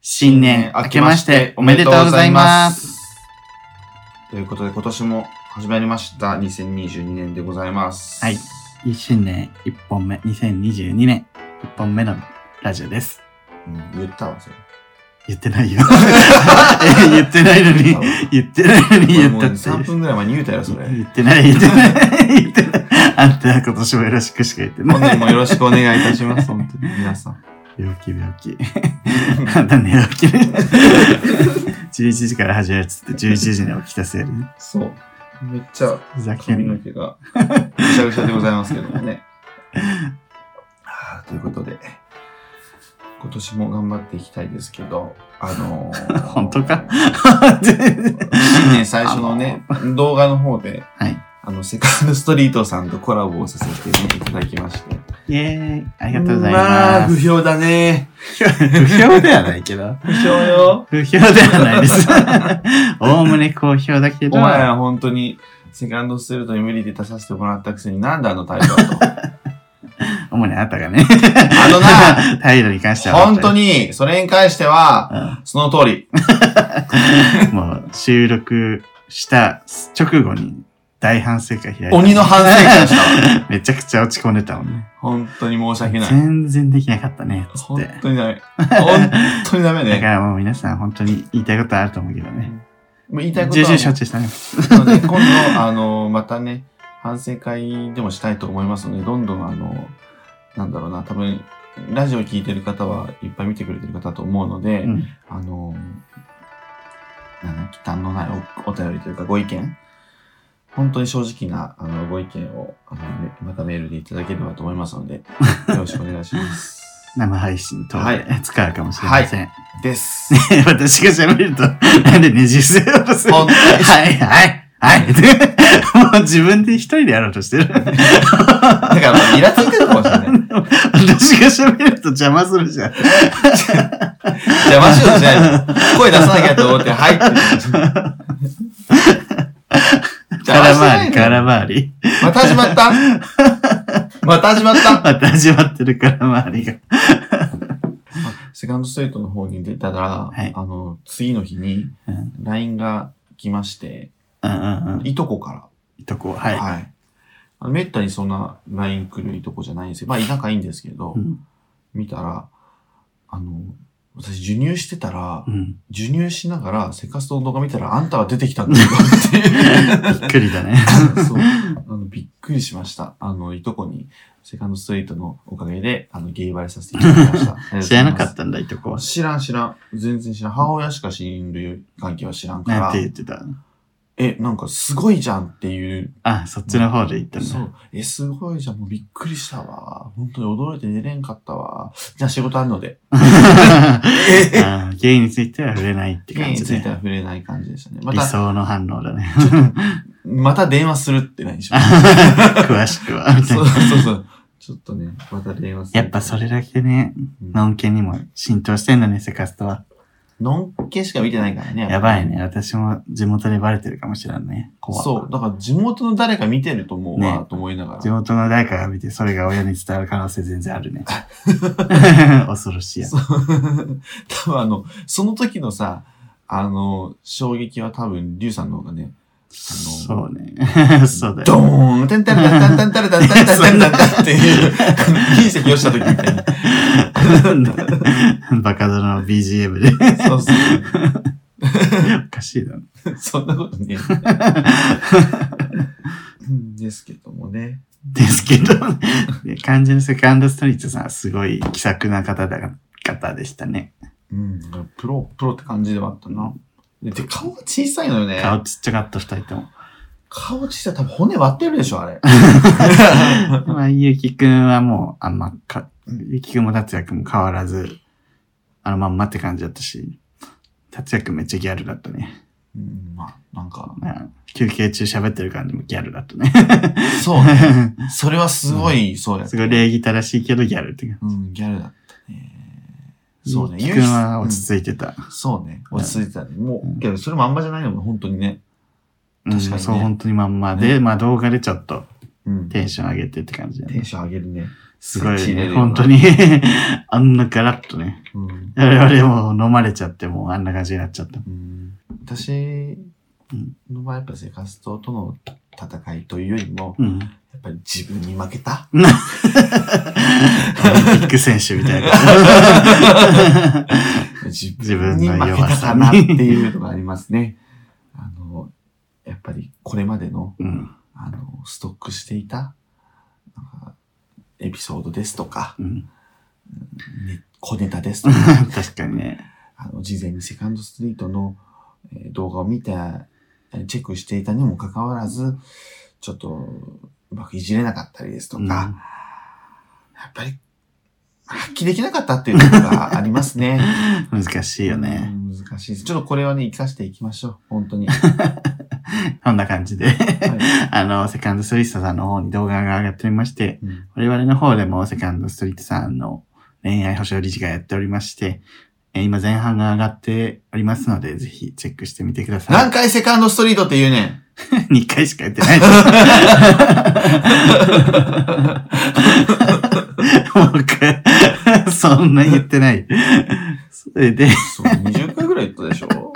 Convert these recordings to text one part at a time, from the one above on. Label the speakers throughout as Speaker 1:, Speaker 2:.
Speaker 1: 新年明けましておめでとうございます。
Speaker 2: ということで、今年も始まりました。2022年でございます。
Speaker 1: はい。新年1本目、2022年1本目のラジオです。
Speaker 2: うん、言ったわ、それ。
Speaker 1: 言ってない よ。え言ってないのに
Speaker 2: 多分、
Speaker 1: 言ってないのに言っ
Speaker 2: もう
Speaker 1: たって
Speaker 2: 3分ぐらい前に言うたよ、それ。
Speaker 1: 言ってない、言ってない、言ってない。あんた今年もよろしくしか言って
Speaker 2: 本
Speaker 1: な
Speaker 2: 年
Speaker 1: い。
Speaker 2: もよろしくお願いいたし ます、本当に。皆さん。
Speaker 1: 病気病気。あんた寝起きね。11時から始めるっつって11時に起きたせいで。
Speaker 2: そう。めっちゃ
Speaker 1: ふざけ
Speaker 2: 髪
Speaker 1: んな
Speaker 2: の。毛がぐしゃぐしゃでございますけどもね。はあということで、今年も頑張っていきたいですけど、あの ー
Speaker 1: 本当か
Speaker 2: 新年最初のね、動画の方で、
Speaker 1: はい。
Speaker 2: あの、セカンドストリートさんとコラボをさせて、ね、いただきまして。
Speaker 1: イェーイ。あ
Speaker 2: あ
Speaker 1: りがとうございます。
Speaker 2: 不評だね。
Speaker 1: 不評ではないけど。
Speaker 2: 不評よ。
Speaker 1: 不評ではない です。おおむね好評だけど。
Speaker 2: お前は本当に、セカンドストリートに無理で出させてもらったくせに、なんであの態度だと。
Speaker 1: 主にあなたがね。
Speaker 2: あのな、
Speaker 1: 態度に関しては。
Speaker 2: 本当。に、それに関しては、その通り。
Speaker 1: うんもう収録した直後に大反省会開いて。
Speaker 2: 鬼の反省会したわ。
Speaker 1: めちゃくちゃ落ち込んでたもんね。
Speaker 2: 本当に申し訳ない。
Speaker 1: 全然できなかったね。つっ
Speaker 2: 本
Speaker 1: て。
Speaker 2: 当にダメ。本当にダメ
Speaker 1: だか
Speaker 2: ね。
Speaker 1: らもう皆さん本当に言いたいことあると思うけどね。
Speaker 2: もう言いたいこと
Speaker 1: 重
Speaker 2: はも
Speaker 1: 々
Speaker 2: う
Speaker 1: 承知したね。
Speaker 2: なので、今度、あの、またね、反省会でもしたいと思いますので、どんどん、あの、なんだろうな、多分、ラジオ聞いてる方はいっぱい見てくれてる方だと思うので、
Speaker 1: うん
Speaker 2: あの、なんだ、忌憚のないおお便りというか、ご意見、本当に正直なあのご意見をあの、ねまたメールでいただければと思いますので、よろしくお願いします。
Speaker 1: 生配信等
Speaker 2: は
Speaker 1: で
Speaker 2: い
Speaker 1: 使うかもしれません。
Speaker 2: です。
Speaker 1: 私が喋ると、なんでねじ伏せようとする
Speaker 2: 本当に
Speaker 1: はい、はい、はい。も う自分で一人でやろうとしてる。
Speaker 2: だから、イラついてるかもしれない。
Speaker 1: 私が喋ると邪魔するじゃん。
Speaker 2: 邪魔しようとしないで。声出さなきゃと思って、はいって言ってた。
Speaker 1: 空回り、
Speaker 2: 邪魔してないの
Speaker 1: 空回り。
Speaker 2: また始まったまた始まった
Speaker 1: また始まってる空回りが。
Speaker 2: セカンドストリートの方に出たら、
Speaker 1: はい
Speaker 2: あの、次の日に
Speaker 1: う
Speaker 2: LINE が来まして、
Speaker 1: うんうんうん。
Speaker 2: いとこか
Speaker 1: いとこ、
Speaker 2: ら。
Speaker 1: はい。
Speaker 2: あのめったにそんな LINE 来るいとこじゃないんですけど、まあ仲いいんですけど、
Speaker 1: うん
Speaker 2: 見たら、あの、私授乳してたら
Speaker 1: う、ん。
Speaker 2: 授乳しながらセカストの動画見たら、あんたが出てきたんだよっていう。
Speaker 1: びっくり だね。
Speaker 2: そう。あの、びっくりしました。あの、いとこに、セカンドストリートのおかげで、あの、ゲイバレさせていただきましたありがとうございま す。
Speaker 1: 知らなかったんだ、いとこは。
Speaker 2: 知らん知らん。全然知らん。母親しか親類関係は知らんか
Speaker 1: なん
Speaker 2: ら
Speaker 1: て。言ってた
Speaker 2: え、なんかすごいじゃんっていう。
Speaker 1: あ、そっちの方で言ったん
Speaker 2: そ
Speaker 1: だ。
Speaker 2: う。え、すごいじゃん。もうびっくりしたわ。本当に驚いて寝れんかったわ。じゃあ仕事あるので。
Speaker 1: あゲイについては触れないって
Speaker 2: ゲイ
Speaker 1: 感
Speaker 2: に
Speaker 1: じ
Speaker 2: ついて
Speaker 1: で。
Speaker 2: は触れない感じでしたね。ま
Speaker 1: 理
Speaker 2: た、
Speaker 1: 想の反応だ ね。
Speaker 2: また電話するって何します
Speaker 1: 詳しくは。みたい
Speaker 2: そ
Speaker 1: な
Speaker 2: うそうそう。ちょっとね、また電話する。
Speaker 1: やっぱそれだけね、
Speaker 2: うん
Speaker 1: ノンケにも浸透してんだね、セカストは。
Speaker 2: のんけしか見てないからね。
Speaker 1: やばいね。私も地元でバレてるかもしれんね。怖
Speaker 2: そう。だから地元の誰か見てると思うわ、と思いなが
Speaker 1: 地
Speaker 2: ら。
Speaker 1: 元の誰かが見て、それが親に伝わる可能性全然あ るね。恐ろしいや。
Speaker 2: そう多分あの、その時のさ、あの、衝撃は多分、リュウさんの方がね、あ
Speaker 1: そ
Speaker 2: の、
Speaker 1: うね。そうだ
Speaker 2: ド
Speaker 1: よ。
Speaker 2: ーンてんたらたんたんたらたんたらたんたらたんっていう、隕石をした時みたいに。
Speaker 1: バカ殿の BGM で。
Speaker 2: そうそう。
Speaker 1: おかしいだろ。
Speaker 2: そんなことね。うんですけどもね。
Speaker 1: ですけど、肝心のセカンドストリートさんはすごい気さくな方だ、方でしたね。
Speaker 2: うん。プロ、プロって感じではあったな。で、て顔が小さいのよね。
Speaker 1: 顔ちっちゃかった二人とも。
Speaker 2: 顔小さい。多分骨割ってるでしょ、あれ。
Speaker 1: まあ、ゆうきくんはもう、あんまか、ゆうきくんも達也くんも変わらず、あのまんまって感じだったし、達也くんめっちゃギャルだったね。
Speaker 2: うん、まあ、なんか、
Speaker 1: まあ休憩中喋ってる感じもギャルだったね。
Speaker 2: そうね。 それはすごい、そうやった
Speaker 1: すごい礼儀正しいけどギャルっていうか。
Speaker 2: うん、ギャルだったね。そうね。
Speaker 1: ゆうきくんは落ち
Speaker 2: い
Speaker 1: 着いてた。
Speaker 2: て。そうね。落ち着いてたね。も
Speaker 1: うん
Speaker 2: う、ギャル、それもあんまじゃないのも、本当にね。
Speaker 1: うん、
Speaker 2: 確かにね
Speaker 1: そう、本当にまんまで、
Speaker 2: ね
Speaker 1: まあ動画でちょっと
Speaker 2: うん。
Speaker 1: テンション上げてって感じだ
Speaker 2: テ
Speaker 1: ね
Speaker 2: ン。ション上げるね。
Speaker 1: すごい、
Speaker 2: 仕入れ
Speaker 1: ね、
Speaker 2: るような
Speaker 1: 本当に あんなガラッとね。
Speaker 2: うん
Speaker 1: 我々も飲まれちゃって、もうあんな感じになっちゃった。
Speaker 2: うん私の場合、やっぱ生活ととの戦いというよりも、
Speaker 1: うん。
Speaker 2: やっぱり自分に負けた。
Speaker 1: オリンピック選手みたいな。
Speaker 2: 自
Speaker 1: 自
Speaker 2: 分
Speaker 1: 分
Speaker 2: に負
Speaker 1: の
Speaker 2: け
Speaker 1: 弱
Speaker 2: た
Speaker 1: さ
Speaker 2: か
Speaker 1: に
Speaker 2: なっていうのがあります ね。あの、やっぱりこれまでの、
Speaker 1: うん。
Speaker 2: あの、ストックしていた、なんかエピソードですとか、
Speaker 1: うん。
Speaker 2: ね小ネタですと か、
Speaker 1: 確かにね。
Speaker 2: あの、事前にセカンドストリートのえー動画を見て、えーチェックしていたにもかかわらず、ちょっとうまくいじれなかったりですとか、
Speaker 1: うん
Speaker 2: やっぱり発揮できなかったっていうところがありま すね。
Speaker 1: 難しいよね。
Speaker 2: うん難しいです。ちょっとこれはね、生かしていきましょう。本 当に。
Speaker 1: こんな感じで。
Speaker 2: は
Speaker 1: あの、セカンドストリートさんの方に動画が上がっておりまして、
Speaker 2: いうん
Speaker 1: 我々の方でもセカンドストリートさんの恋愛保障理事がやっておりまして、えー今前半が上がっておりますので、ぜひチェックしてみてくださ
Speaker 2: 何
Speaker 1: い。
Speaker 2: 回セカンドストリートって言うねん。
Speaker 1: 2回しかやってない。もう一回そんな言ってない。それで、
Speaker 2: そう、20回ぐらい言ったでしょ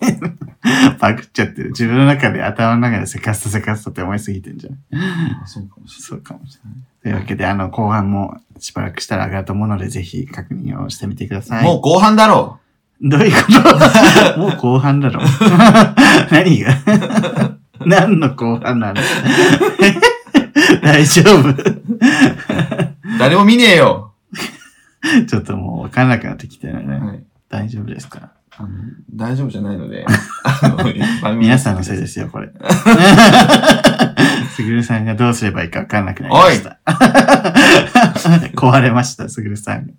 Speaker 1: パクっちゃってる。自分の中で、頭の中でセカストセカストって思いすぎてんじゃん。
Speaker 2: あそうかもし
Speaker 1: そうかもしれ
Speaker 2: は
Speaker 1: ない。というわけで、あの、後半もしばらくしたら上がると思うので、ぜひ確認をしてみてくだ
Speaker 2: れ
Speaker 1: さ
Speaker 2: ない。
Speaker 1: い。
Speaker 2: もう後半だろ
Speaker 1: どういうこと もう後半だろ。何が何の後半 なの大丈夫
Speaker 2: う誰も見ねえよ、
Speaker 1: ちょっともう分からなくなってきてるね。
Speaker 2: はい、
Speaker 1: 大丈夫ですか
Speaker 2: あの大丈夫じゃないの で、あの番組
Speaker 1: 皆さんのせいですよ、これ。すぐるさんがどうすればいいか分かんなくなりました。 壊れました、すぐるさんが。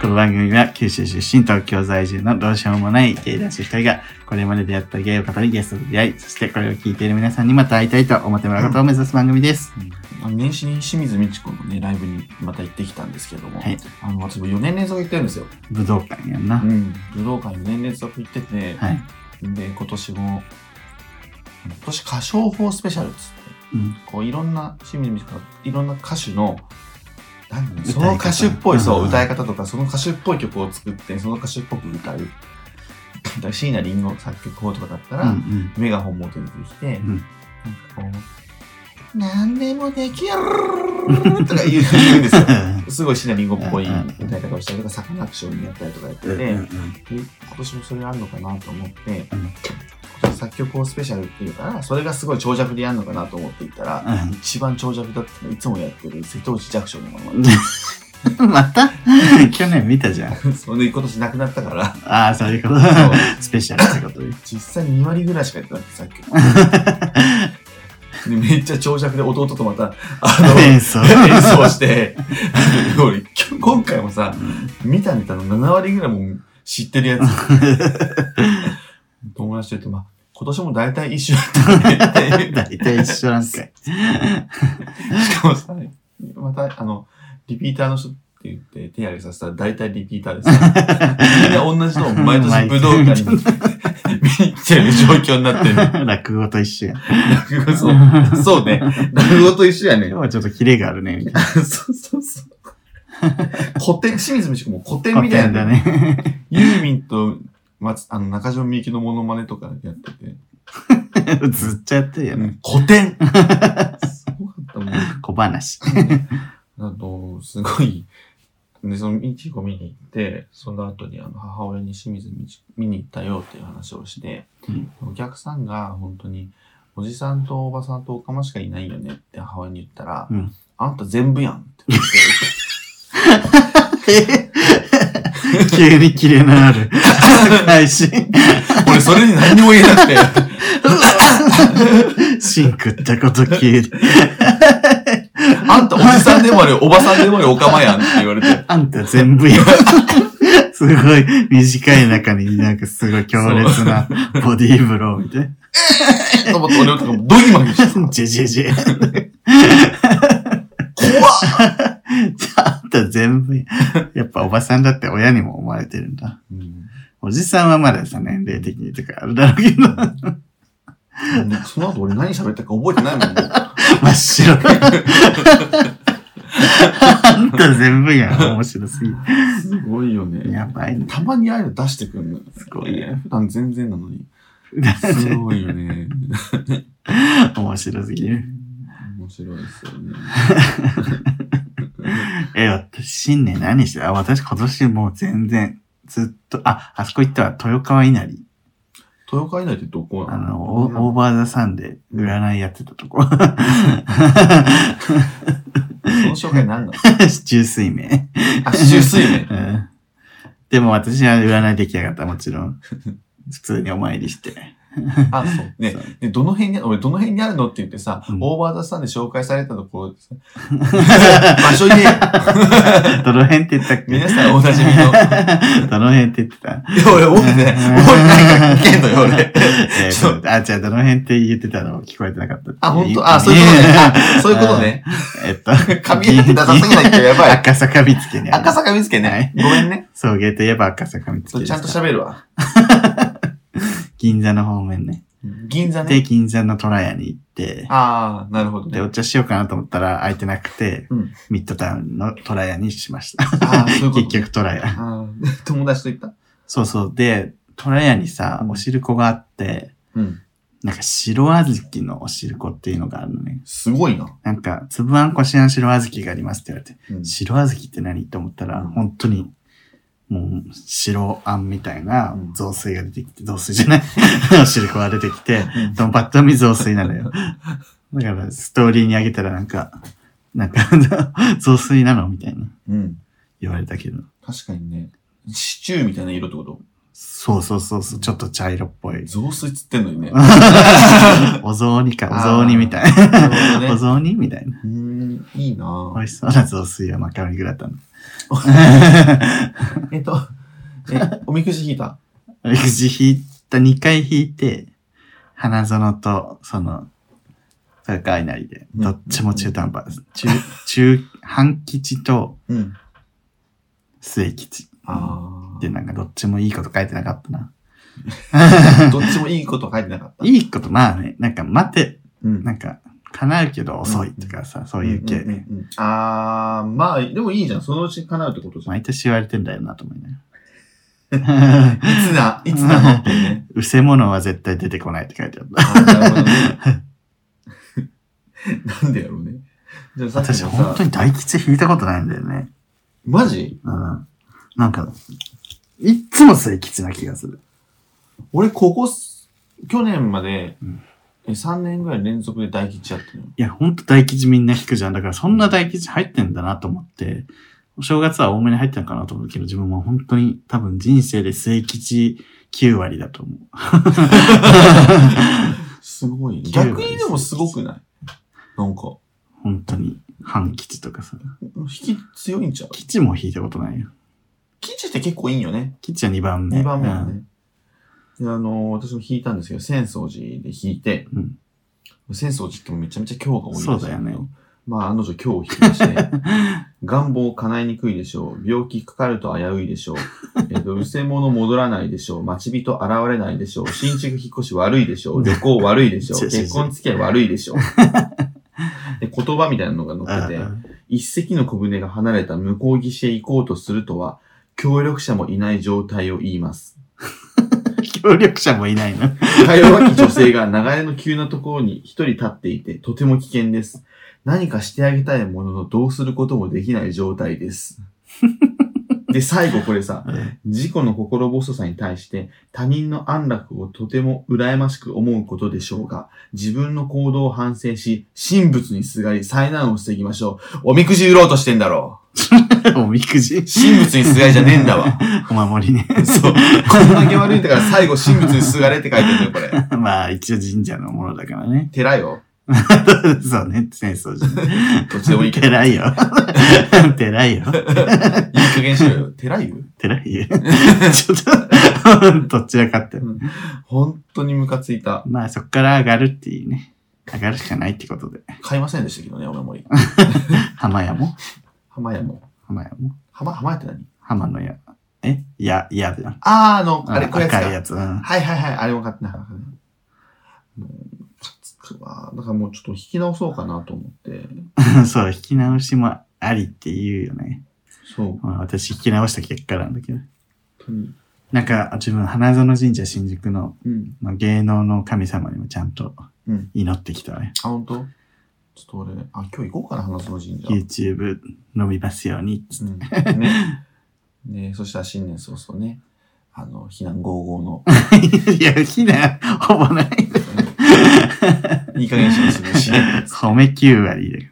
Speaker 1: この番組は九州出身、東京在住のどうしようもない芸男子2人がこれまで出会った芸を語りゲストと出会い、そしてこれを聞いている皆さんにまた会いたいと思ってもらうことを目指す番組です。
Speaker 2: あの年始に清水美智子のね、ライブにまた行ってきたんですけども、
Speaker 1: はい
Speaker 2: あの私も4年連続行ってるんですよ。
Speaker 1: 武道館やんな。
Speaker 2: うん、武道館4年連続行ってて、
Speaker 1: はい。
Speaker 2: で、今年も、今年歌唱法スペシャルっつって、
Speaker 1: うん
Speaker 2: こういろんな清水美智子のいろんな歌手のなんだろう
Speaker 1: 歌い方
Speaker 2: その歌手っぽいそう
Speaker 1: うん
Speaker 2: 歌い方とかその歌手っぽい曲を作ってその歌手っぽく歌うだから椎名林檎作曲法とかだった
Speaker 1: う
Speaker 2: ら、
Speaker 1: ん
Speaker 2: メガホン持って出てきて、
Speaker 1: ん
Speaker 2: なんかこう「何でもできる!」とか言う言うんで すよすごい椎名林檎っぽい歌い方をしたりとかサカナクションにやったりとかやって
Speaker 1: う
Speaker 2: て、
Speaker 1: ん。
Speaker 2: で
Speaker 1: うん
Speaker 2: 今年もそれあるのかなと思って、
Speaker 1: うん
Speaker 2: 今年作曲法スペシャルっていうからそれがすごい長尺でやるのかなと思っていったら、一番長尺だったのいつもやってる瀬戸内寂聴のもの
Speaker 1: うんま た去年見たじゃん。
Speaker 2: それで今年なくなったから
Speaker 1: ああ、そういうこと。スペシャルってことで。
Speaker 2: 実際2割ぐらいしかやってなくてさっきでめっちゃ長尺で弟とまたあの
Speaker 1: 演奏。
Speaker 2: 演奏して俺今日今回もさ見たネタの7割ぐらいもう知ってるやつ友達と言ってまあ今年も大体一緒だったねって
Speaker 1: 大体一緒なんかい。
Speaker 2: しかもさ、また、あの、リピーターの人って言って手挙げさせたら大体リピーターです。みんな同じのを毎年武道館に見てる状況になってる。
Speaker 1: 落語と一緒や。
Speaker 2: 落語そう。そうね。落語と一緒やね。
Speaker 1: 今日はちょっとキレがあるね、みたいな。
Speaker 2: そうそうそう。古典、清水美智子も古典み
Speaker 1: 古
Speaker 2: たいな
Speaker 1: 典だ。ね。
Speaker 2: ユーミンと松、あの、中島みゆきのモノマネとかやってて。
Speaker 1: ずっとやってるよね。
Speaker 2: 古典すごかったもん。
Speaker 1: 小話。
Speaker 2: あと、すごい、で、その、いちご見に行って、その後に、あの、母親に清水見ち見に行ったよっていう話をして、
Speaker 1: うん
Speaker 2: お客さんが、本当に、おじさんとおばさんとおかましかいないよねって母親に言ったら、
Speaker 1: うん
Speaker 2: あんた全部やんって言って
Speaker 1: 急にキレのあ る配信。
Speaker 2: 俺、それに何にも言えなくて、
Speaker 1: シン食ったこと急に。
Speaker 2: あんたおじさんでもあれ、おばさんでもあれ、おかまやんって言われて、
Speaker 1: あんた全部や。 すごい短い中になんかすごい強烈なボディーブローみたいな。
Speaker 2: えっと思って、俺とかもドギ マ ギして、
Speaker 1: ジェジェジェ。
Speaker 2: 怖っ
Speaker 1: あんと全部、やっぱおばさんだって親にも思われてるんだ。
Speaker 2: うん
Speaker 1: おじさんはまださ、年齢的にとかあるだろうけ ど、
Speaker 2: もうその後俺何喋ったか覚えてないもんもう。
Speaker 1: 真っ白。 あんた全部やん。面白すぎる。
Speaker 2: すごいよね。
Speaker 1: やばいね
Speaker 2: たまにああいうの出してくるの。
Speaker 1: すごいね
Speaker 2: や普段全然なのに。
Speaker 1: だって
Speaker 2: すごいよね。
Speaker 1: 面白すぎる。
Speaker 2: 面白いですよね。
Speaker 1: え、私、新年何してあ、私今年もう全然、ずっと、あ、あそこ行ったわ、豊川稲荷。
Speaker 2: 豊川稲荷ってどこ
Speaker 1: あ
Speaker 2: なの
Speaker 1: の、オーオーバーザサンで占いやってたとこ。
Speaker 2: その紹介何なの
Speaker 1: 中水名。
Speaker 2: あ、終水面。
Speaker 1: うん。でも私は占いできなかった、もち ろん。普通にお参りして。
Speaker 2: あ、そう。ね
Speaker 1: そう、
Speaker 2: でどの辺に、俺どの辺にあるのって言ってさ、
Speaker 1: うん
Speaker 2: オーバーザさんで紹介されたところ でさ、場所言えよ
Speaker 1: どの辺って言ったっけ
Speaker 2: 皆さんおなじみの。いや、
Speaker 1: どの辺って言ってた
Speaker 2: 俺、覚えてない。覚えてないから聞けんのよ、
Speaker 1: え
Speaker 2: 俺。
Speaker 1: ー
Speaker 2: そう。
Speaker 1: あ、じゃあどの辺って言ってたの聞こえてなかった。
Speaker 2: あ、本当あ、そういうことね。あ、そういうことね。
Speaker 1: えっと。
Speaker 2: 髪の毛ダサすぎないってやばい
Speaker 1: 赤坂見附にある。
Speaker 2: 赤坂見つけね。ごめんね。
Speaker 1: 送迎といえば赤坂見
Speaker 2: そ
Speaker 1: 附
Speaker 2: う
Speaker 1: です
Speaker 2: ちゃんと喋るわ。
Speaker 1: 銀座の方面ね。
Speaker 2: 銀座
Speaker 1: で、
Speaker 2: ね。
Speaker 1: 銀座の虎屋に行って、
Speaker 2: ああ、なるほど
Speaker 1: で、
Speaker 2: ね。
Speaker 1: お茶しようかなと思ったら空いてなくて、
Speaker 2: うん
Speaker 1: ミッドタウンの虎屋にしま した。
Speaker 2: ああ、そういうこと。
Speaker 1: 結局虎屋。
Speaker 2: あー。友達と行った
Speaker 1: そうそう。で、虎屋にさ
Speaker 2: う、ん
Speaker 1: お汁粉があって、
Speaker 2: うん。
Speaker 1: なんか白小豆のお汁粉っていうのがあるのね。
Speaker 2: すごいな。
Speaker 1: なんか、粒あんこしあん白小豆がありますって言われて、
Speaker 2: うん
Speaker 1: 白小豆って何と思ったら、
Speaker 2: うん
Speaker 1: 本当に、もう、白あんみたいな雑炊が出てきて、雑炊じゃない、 お汁粉が出てきて、
Speaker 2: うん
Speaker 1: ドンパッと見雑炊なの よ。だから、ストーリーにあげたらなんか、なんか、 雑炊なのみたいな
Speaker 2: うん。
Speaker 1: 言われたけど。
Speaker 2: 確かにね。シチューみたいな色ってこと
Speaker 1: そうそうそうそう、ちょっと茶色っぽ い。
Speaker 2: 雑炊っつってんのに ね。
Speaker 1: お雑煮か、
Speaker 2: あー
Speaker 1: お雑煮みたい
Speaker 2: なる
Speaker 1: な。お
Speaker 2: ほどね。
Speaker 1: 雑煮みたいな。
Speaker 2: うーん、いいな
Speaker 1: 美味しそうな雑炊はマカロニグラタ ン。
Speaker 2: えっと、え、おみくじ引いた
Speaker 1: くじ引いた、2回引いて、花園と、その、それか稲荷で、
Speaker 2: うん
Speaker 1: どっちも中途半端です。中、中、半吉と
Speaker 2: うん。
Speaker 1: 末吉。
Speaker 2: あ
Speaker 1: で、なんかどっちもいいこと書いてなかったな。
Speaker 2: あ。どっちもいいこと書いてなかった。
Speaker 1: いいこと、まあね、なんか待て、
Speaker 2: うん
Speaker 1: なんか、叶うけど遅いとかさ、そういう系、
Speaker 2: んんうんうんああ、まあ、でもいいじゃん。そのうち叶うってことじゃん。い
Speaker 1: 毎年言われてんだよなと思いながら。
Speaker 2: つな、いつなのってね。
Speaker 1: うせ物は絶対出てこないって書いてあ った。
Speaker 2: あーなるほどね。 なんでやろうね。じゃあさっきの
Speaker 1: 私、本
Speaker 2: さ
Speaker 1: 当、に大吉引いたことないんだよね。
Speaker 2: マジ
Speaker 1: うん。なんか、いっつも末吉な気がする。
Speaker 2: 俺、ここす、去年まで
Speaker 1: うん、
Speaker 2: え3年ぐらい連続で大吉やってるのよ。
Speaker 1: いや、ほんと大吉みんな引くじゃん。だから、そんな大吉入ってんだなと思って、お正月は多めに入ってんかなと思うけど、自分も本当に多分人生で末吉9割だと思う。
Speaker 2: すごいね。
Speaker 1: 九割
Speaker 2: 逆にでもすごくないなんか、
Speaker 1: 本当に、半吉とかさ。
Speaker 2: 引き強いんちゃう
Speaker 1: 吉も引いたことないよ。
Speaker 2: 吉って結構いいんよね。
Speaker 1: 吉は2番目。
Speaker 2: 2番目はね。であのー私も弾いたんですけど、浅草寺で弾いて、
Speaker 1: うん
Speaker 2: 浅草寺ってもめちゃめちゃ今日が多いんです
Speaker 1: そうだよね。
Speaker 2: まあ、あの女今日弾きまして、 願望叶えにくいでしょう。病気かかると危ういでしょう。えっと、うせ者戻らないでしょう。待ち人現れないでしょう。新築引っ越し悪いでしょ う。旅行悪いでしょう。
Speaker 1: 違う違う違う
Speaker 2: 結婚付き合い悪いでしょう。で言葉みたいなのが
Speaker 1: うん。
Speaker 2: 載ってて、
Speaker 1: うんうん
Speaker 2: 一隻の小舟が離れた向こう岸へ行こうとするとは、協力者もいない状態を言います。
Speaker 1: 協力者もいないの。
Speaker 2: か弱き女性が流れの急なところに一人立っていて、とても危険です。何かしてあげたいものの、どうすることもできない状態です。で、最後これさ、自己の心細さに対して他人の安楽をとても羨ましく思うことでしょうが、自分の行動を反省し、神仏にすがり災難を防ぎましょう。おみくじ売ろうとしてんだろ
Speaker 1: おみくじ
Speaker 2: う。神仏にすがりじゃねえんだわ。
Speaker 1: お守りね。
Speaker 2: そう。こんだけ悪いんだから最後神仏にすがれって書いてるんだよ、これ。
Speaker 1: まあ、一応神社のものだからね。
Speaker 2: 寺よ。
Speaker 1: そうね、戦争じゃん。
Speaker 2: どっちでもいいけど。いい
Speaker 1: 寺いよ。 寺いよ。
Speaker 2: 加減しろよ。寺よ。
Speaker 1: 寺 いよ。ちょっと、どちらかって。
Speaker 2: 本当にムカついた。
Speaker 1: まあ、そっから上がるっていうね。上がるしかないってことで。
Speaker 2: 買いませんでしたけどね、お守り。
Speaker 1: 浜屋も。
Speaker 2: 浜屋も。
Speaker 1: 浜屋も。
Speaker 2: 浜、浜屋って何
Speaker 1: 浜の屋。えいや、いやだよ。
Speaker 2: あー、あの、あれ、これやつ
Speaker 1: 赤い
Speaker 2: か。
Speaker 1: やつ。うん。
Speaker 2: はいはいはい、あれ分かってない。もう、かつくわ。だからもうちょっと引き直そうかなと思って。
Speaker 1: そう、引き直しもありって言うよね。
Speaker 2: そう、
Speaker 1: まあ私引き直した結果なんだけど。
Speaker 2: 本当に。
Speaker 1: なんか、自分、花園神社新宿の
Speaker 2: うん。
Speaker 1: まあ芸能の神様にもちゃんと
Speaker 2: うん
Speaker 1: 祈ってきたね。
Speaker 2: あ、本当？ちょっと俺、あ、今日行こうかな、花園神社。
Speaker 1: YouTube 伸びますように。
Speaker 2: うん。ね。ねそしたら新年早々ね、あの、避難合々の、
Speaker 1: いや、ひな、ほぼない。
Speaker 2: いい加減にします ね、新年
Speaker 1: 褒め9割で。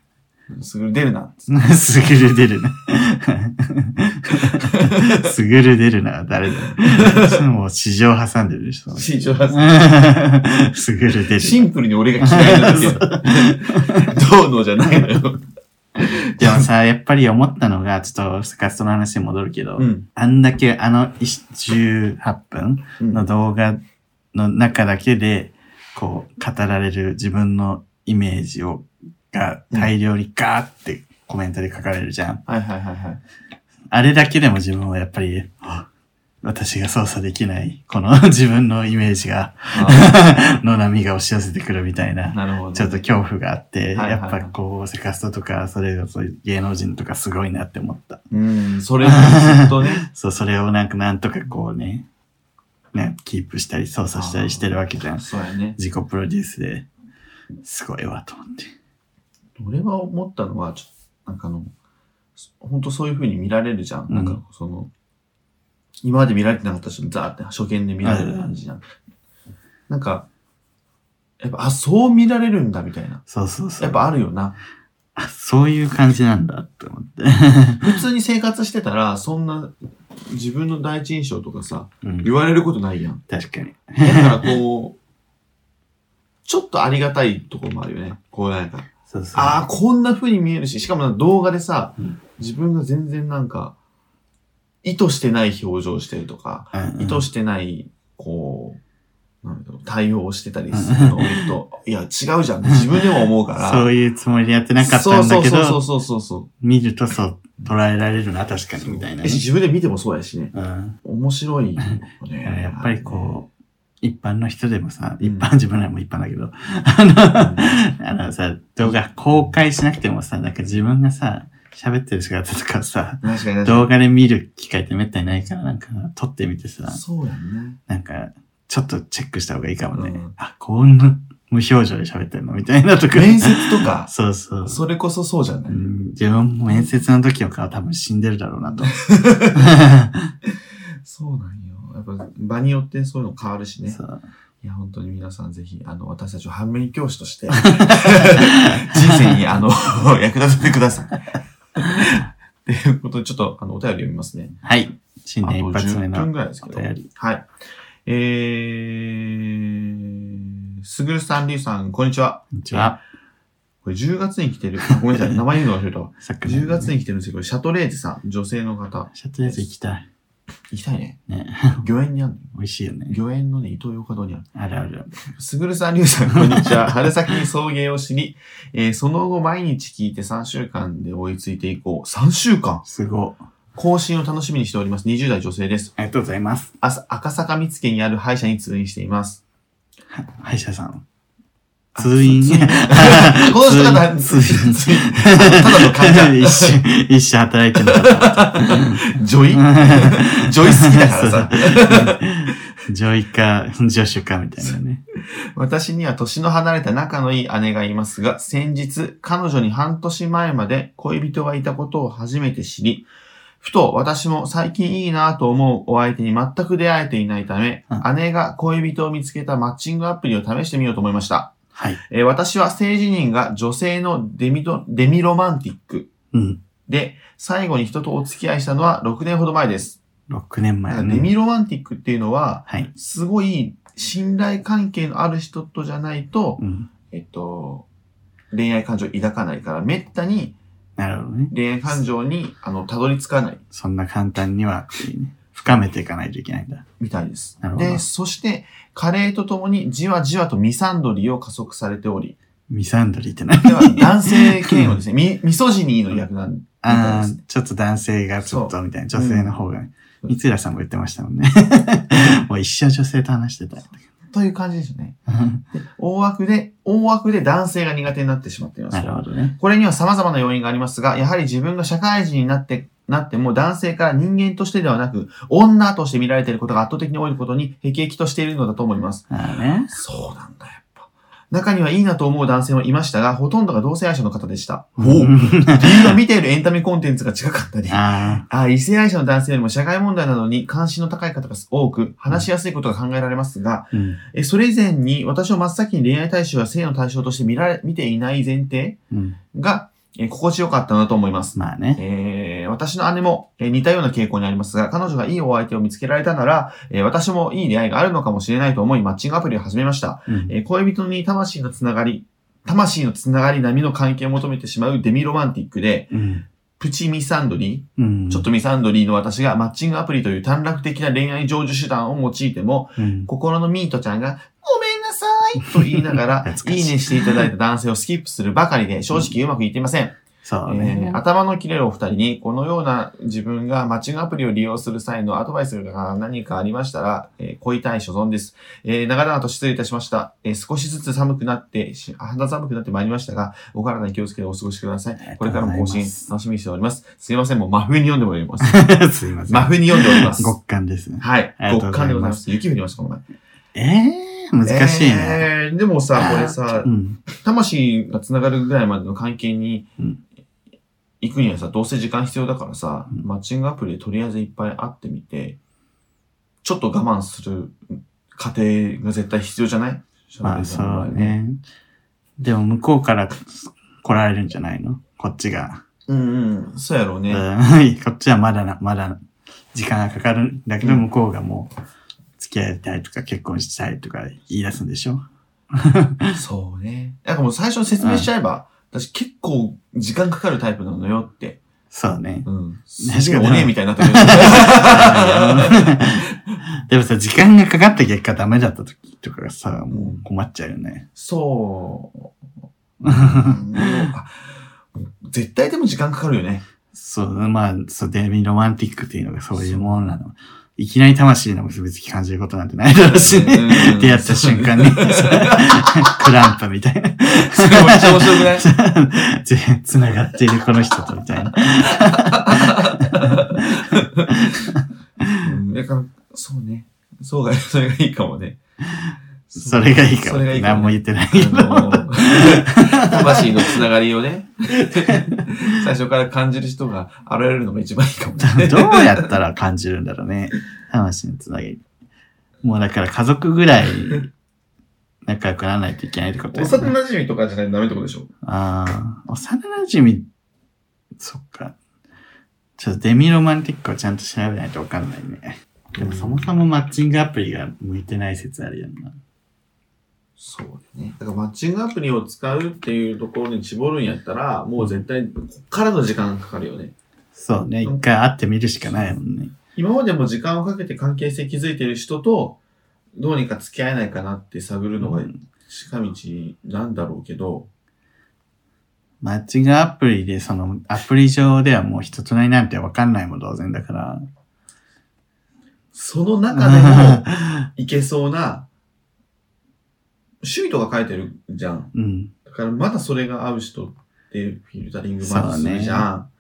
Speaker 2: すぐ出るなっつって。
Speaker 1: すぐる出る な。すぐる出るな、誰だ。もう市場挟んでるでしょ。
Speaker 2: 新庄さ ん
Speaker 1: すぐる出る。
Speaker 2: シンプルに俺が嫌 いなんですよ。どうのじゃないのよ。
Speaker 1: でもさ、やっぱり思ったのが、ちょっとスカストの話に戻るけど、
Speaker 2: うん。
Speaker 1: あんだけあの1 18分
Speaker 2: うん
Speaker 1: の動画の中だけで、こう、語られる自分のイメージを、が大量にガーってコメントで書かれるじゃん。
Speaker 2: はいはいはいはい。
Speaker 1: あれだけでも自分はやっぱり、あ私が操作できない、この 自分のイメージが、
Speaker 2: あ
Speaker 1: の波が押し寄せてくるみたいな
Speaker 2: ー、なるほど。
Speaker 1: ちょっと恐怖があって、
Speaker 2: はいはい
Speaker 1: や
Speaker 2: は
Speaker 1: っ
Speaker 2: い
Speaker 1: ぱこう、セカストとか、それこそ芸能人とかすごいなって思った。
Speaker 2: うん、それもずっとね。
Speaker 1: そう、それをなんかなんとかこうね、ね、キープしたり操作したりしてるわけじゃん。
Speaker 2: そうやね。
Speaker 1: 自己プロデュースですごいわと思って。
Speaker 2: 俺は思ったのは、ちょっと、なんかあの、本当そういう風に見られるじゃん。
Speaker 1: うん
Speaker 2: なんかその、今まで見られてなかった人にザーって初見で見られる感じじゃん。なんか、やっぱ、あ、そう見られるんだみたいな。
Speaker 1: そうそうそう。
Speaker 2: やっぱあるよな。
Speaker 1: あ、そういう感じなんだって思って。
Speaker 2: 普通に生活してたら、そんな自分の第一印象とかさ、
Speaker 1: うん、
Speaker 2: 言われることないや ん。
Speaker 1: 確かに。
Speaker 2: だからこう、ちょっとありがたいところもあるよね。こうなんか、
Speaker 1: そうそう。
Speaker 2: ああ、こんな風に見えるし、しかもなんか動画でさ、
Speaker 1: うん
Speaker 2: 自分が全然なんか、意図してない表情してるとか、
Speaker 1: うんうん
Speaker 2: 意図してない、こう、なんだろう、対応をしてたりするのを見ると、 いや、違うじゃん。自分でも思うから。
Speaker 1: そういうつもりでやってなかったんだけ
Speaker 2: そ
Speaker 1: ど
Speaker 2: う、そうそうそうそう
Speaker 1: 見るとそう捉えられるな、確かに
Speaker 2: そう。
Speaker 1: みたいな
Speaker 2: え
Speaker 1: ね、
Speaker 2: 自分で見てもそうやしね。
Speaker 1: うん。
Speaker 2: 面白いよ
Speaker 1: だ
Speaker 2: ね
Speaker 1: から やっぱりこう、一般の人でもさ、
Speaker 2: うん
Speaker 1: 一般、自分らも一般だけど、
Speaker 2: あれね
Speaker 1: あのさ、動画公開しなくてもさ、なんか自分がさ、喋ってる姿とかさ、
Speaker 2: うん 確かに確か
Speaker 1: 動画で見る機会ってめったにないから、なんか撮ってみてさ、
Speaker 2: に。そうやんね。
Speaker 1: なんか、ちょっとチェックした方がいいかもね。
Speaker 2: うん
Speaker 1: あ、こんな無表情で喋ってるのみたいなとか。
Speaker 2: 面接とか、
Speaker 1: そうそう。
Speaker 2: それこそそうじゃない、
Speaker 1: うん自分も面接の時はか多分死んでるだろうな と。
Speaker 2: そうなんよ。やっぱ場によってそういうの変わるしね。
Speaker 1: そう
Speaker 2: いや、本当に皆さんぜひ、あの、私たちを反面教師 として、人生に、あの、 役立ててく ださい。ということで、ちょっと、あの、お便り読みますね。
Speaker 1: はい。新
Speaker 2: あと
Speaker 1: 年一発目
Speaker 2: 10分
Speaker 1: の
Speaker 2: ぐらいですけど
Speaker 1: お。便り
Speaker 2: はい。えー、すぐるさん、りゅうさん、こんにちは。
Speaker 1: こんにちは。
Speaker 2: これ10月に来てる。あごめんなさい、名前言うの忘れたわ。
Speaker 1: さっきの
Speaker 2: 10月に来てるんですけど、シャトレーゼさん、女性の方。
Speaker 1: シャトレーゼ行きたい。
Speaker 2: 行きたいね。
Speaker 1: ね。
Speaker 2: 魚園にあるのよ
Speaker 1: 美味しいよね。
Speaker 2: 魚園のね、伊東洋華堂にある。
Speaker 1: あるある。
Speaker 2: すぐるさん、りゅうさん、こんにちは。春先に送迎をしに、 えーその後毎日聞いて3週間で追いついていこう。3週間
Speaker 1: すご。
Speaker 2: 更新を楽しみにしております。20代女性です。
Speaker 1: ありがとうございます。
Speaker 2: 朝赤坂見附にある歯医者に通院しています。
Speaker 1: は歯医者さん。
Speaker 2: あ
Speaker 1: 通院。
Speaker 2: 通院 この人が
Speaker 1: 通院。
Speaker 2: 通院あの ただの患 者。
Speaker 1: 一緒、一緒働いてなか った。
Speaker 2: 女 医女医好きだからさ。
Speaker 1: 女医か、 助手かみたいなね。
Speaker 2: 私には年の離れた仲のいい姉がいますが、先日、彼女に半年前まで恋人がいたことを初めて知り、ふと私も最近いいなぁと思うお相手に全く出会えていないため、
Speaker 1: う
Speaker 2: 姉が恋人を見つけたマッチングアプリを試してみようと思いました。
Speaker 1: はい。
Speaker 2: えー私は性自認が女性のデミドデミロマンティック
Speaker 1: うん。
Speaker 2: で、最後に人とお付き合いしたのは6年ほど前です。
Speaker 1: 6年
Speaker 2: なん
Speaker 1: 前
Speaker 2: かデ
Speaker 1: ね。
Speaker 2: ミロマンティックっていうのは、
Speaker 1: はい。
Speaker 2: すごい信頼関係のある人とじゃないと、
Speaker 1: うん。
Speaker 2: えっと、恋愛感情を抱かないから、めったに
Speaker 1: なるほどね。
Speaker 2: 恋愛感情に、あの、たどり着かない
Speaker 1: そんな簡単にはっていうね、深めていかないといけないんだ。
Speaker 2: みたいです
Speaker 1: なる。ほど
Speaker 2: で、そして、加齢とともにじわじわとミサンドリーを加速されており、
Speaker 1: ミサンドリーって何
Speaker 2: では男性嫌悪ですね。ミミソジニーの略なん
Speaker 1: あ
Speaker 2: みたいで
Speaker 1: あ
Speaker 2: すね、
Speaker 1: ちょっと男性がちょっとみたいな、
Speaker 2: そう
Speaker 1: 女性の方がね。
Speaker 2: うん
Speaker 1: 三浦さんも言ってましたもん ね。もう一生女性と話してた。
Speaker 2: という感じですよね。大枠で、大枠で男性が苦 手になってしまっています
Speaker 1: な。るほどね。
Speaker 2: これには様々な要因がありますが、やはり自分が社会人になって、なっても男性から人間としてではなく、女として見られていることが圧倒的に多いことに、辟易としているのだと思います。
Speaker 1: ああね。
Speaker 2: そうなんだ、やっぱ。中にはいいなと思う男性もいましたが、ほとんどが同性愛者の方でした。お理由は見ているエンタメコンテンツが近かったり、
Speaker 1: あ
Speaker 2: あ異性愛者の男性よりも社会問題などに関心の高い方が多く、話しやすいことが考えられますが、
Speaker 1: あ、うん。
Speaker 2: えそれ以前に私を真っ先に恋愛対象や性の対象として見られ、見ていない前提
Speaker 1: うん。
Speaker 2: が、えー心地よかったなと思います。
Speaker 1: まあね。
Speaker 2: えー私の姉も、えー似たような傾向にありますが、彼女がいいお相手を見つけられたなら、えー私もいい出会いがあるのかもしれないと思い、マッチングアプリを始めました。
Speaker 1: うん
Speaker 2: えー恋人に魂のつながり、魂のつながり並みの関係を求めてしまうデミロマンティックで、
Speaker 1: うん。
Speaker 2: プチミサンドリー、
Speaker 1: うん。
Speaker 2: ちょっとミサンドリーの私がマッチングアプリという短絡的な恋愛成就手段を用いても、
Speaker 1: うん、
Speaker 2: 心のミートちゃんが、ごめんなさいと言いながら、
Speaker 1: 懐
Speaker 2: いい
Speaker 1: かしい
Speaker 2: ねしていただいた男性をスキップするばかりで、正直うまくいっていません。
Speaker 1: そう
Speaker 2: え
Speaker 1: ね
Speaker 2: ー。頭の切れるお二人に、このような自分がマッチングアプリを利用する際のアドバイスが何かありましたら、えー恋対所存です。えー長々と失礼いたしました。えー少しずつ寒くなって、し肌寒くなってまいりましたが、お体に気をつけてお過ごしくださ
Speaker 1: ありがと
Speaker 2: い。
Speaker 1: う
Speaker 2: これからも更
Speaker 1: ござい
Speaker 2: 新
Speaker 1: ます
Speaker 2: 楽しみにしております。すいません、もう真冬に読んでおりま す。
Speaker 1: すいません。
Speaker 2: 真冬に読んでおります。
Speaker 1: 極寒ですね。
Speaker 2: はい
Speaker 1: あ。りがと
Speaker 2: 極
Speaker 1: うございます
Speaker 2: 寒でございます。雪降りました、この前。
Speaker 1: ええー、難しいね。
Speaker 2: えーでもさ、これさ
Speaker 1: う、ん。
Speaker 2: 魂が繋がるぐらいまでの関係に
Speaker 1: うん
Speaker 2: 行くにはさ、どうせ時間必要だからさ、
Speaker 1: うん
Speaker 2: マッチングアプリでとりあえずいっぱい会ってみて、ちょっと我慢する過程が絶対必要じゃない
Speaker 1: まあそう。ね。でも向こうから来られるんじゃないのこっちが。
Speaker 2: うんうん。そうやろうね。
Speaker 1: うん、 こっちはまだな、まだ時間がかかるんだけど、
Speaker 2: うん
Speaker 1: 向こうがもう付き合いたいとか結婚したいとか言い出すんでしょ
Speaker 2: そうね。なんかもう最初に説明しちゃえば、私結構時間かかるタイプなのよって。
Speaker 1: そう ね。
Speaker 2: うん。
Speaker 1: 確かに
Speaker 2: おねえみたいになっ てる。
Speaker 1: でもさ、時間がかかった結果ダメだった時とかがさ、も
Speaker 2: うん
Speaker 1: う困っちゃうよね。
Speaker 2: そう。 うんあ絶対でも時間かかるよね。
Speaker 1: そう、まあ、そう、デミロマンティックっていうのがそういうものなの。いきなり魂の結びつき感じることなんてないだろうしね。出会った瞬間に、 クランプみたいな。
Speaker 2: それめっちゃ面白くない
Speaker 1: つつながっているこの人とみたいな。
Speaker 2: うんだから、そうね。 そうが、それがいいかもね。
Speaker 1: それがいいか
Speaker 2: それがいいか
Speaker 1: 何も
Speaker 2: もね
Speaker 1: 言ってない
Speaker 2: あ
Speaker 1: けど。
Speaker 2: の 魂のつながりをね、 最初から感じる人が現れるのが一番いいかもね。
Speaker 1: どうやったら感じるんだろうね。魂のつなぎ。もうだから家族ぐらい仲良くならないといけないってことですね。
Speaker 2: 馴染みとかじゃないとダメってことでしょ
Speaker 1: ああ、幼馴染み、そっか。ちょっとデミロマンティックをちゃんと調べないとわかんないね。でもそもそもマッチングアプリが向いてない説あるよな。
Speaker 2: そうだね。だからマッチングアプリを使うっていうところに絞るんやったら、もう絶対、こっからの時間かかるよね。
Speaker 1: そうね、一回会ってみるしかないもんね。
Speaker 2: 今までも時間をかけて関係性築いてる人と、どうにか付き合えないかなって探るのが近道なんだろうけど、
Speaker 1: マッチングアプリで、その、アプリ上ではもう人となりなんてわかんないも同然だから。
Speaker 2: その中でも、いけそうな、趣味とか書いてるじゃん。
Speaker 1: うん。
Speaker 2: だからまだそれが合う人ってフィルタリングまだするじゃん。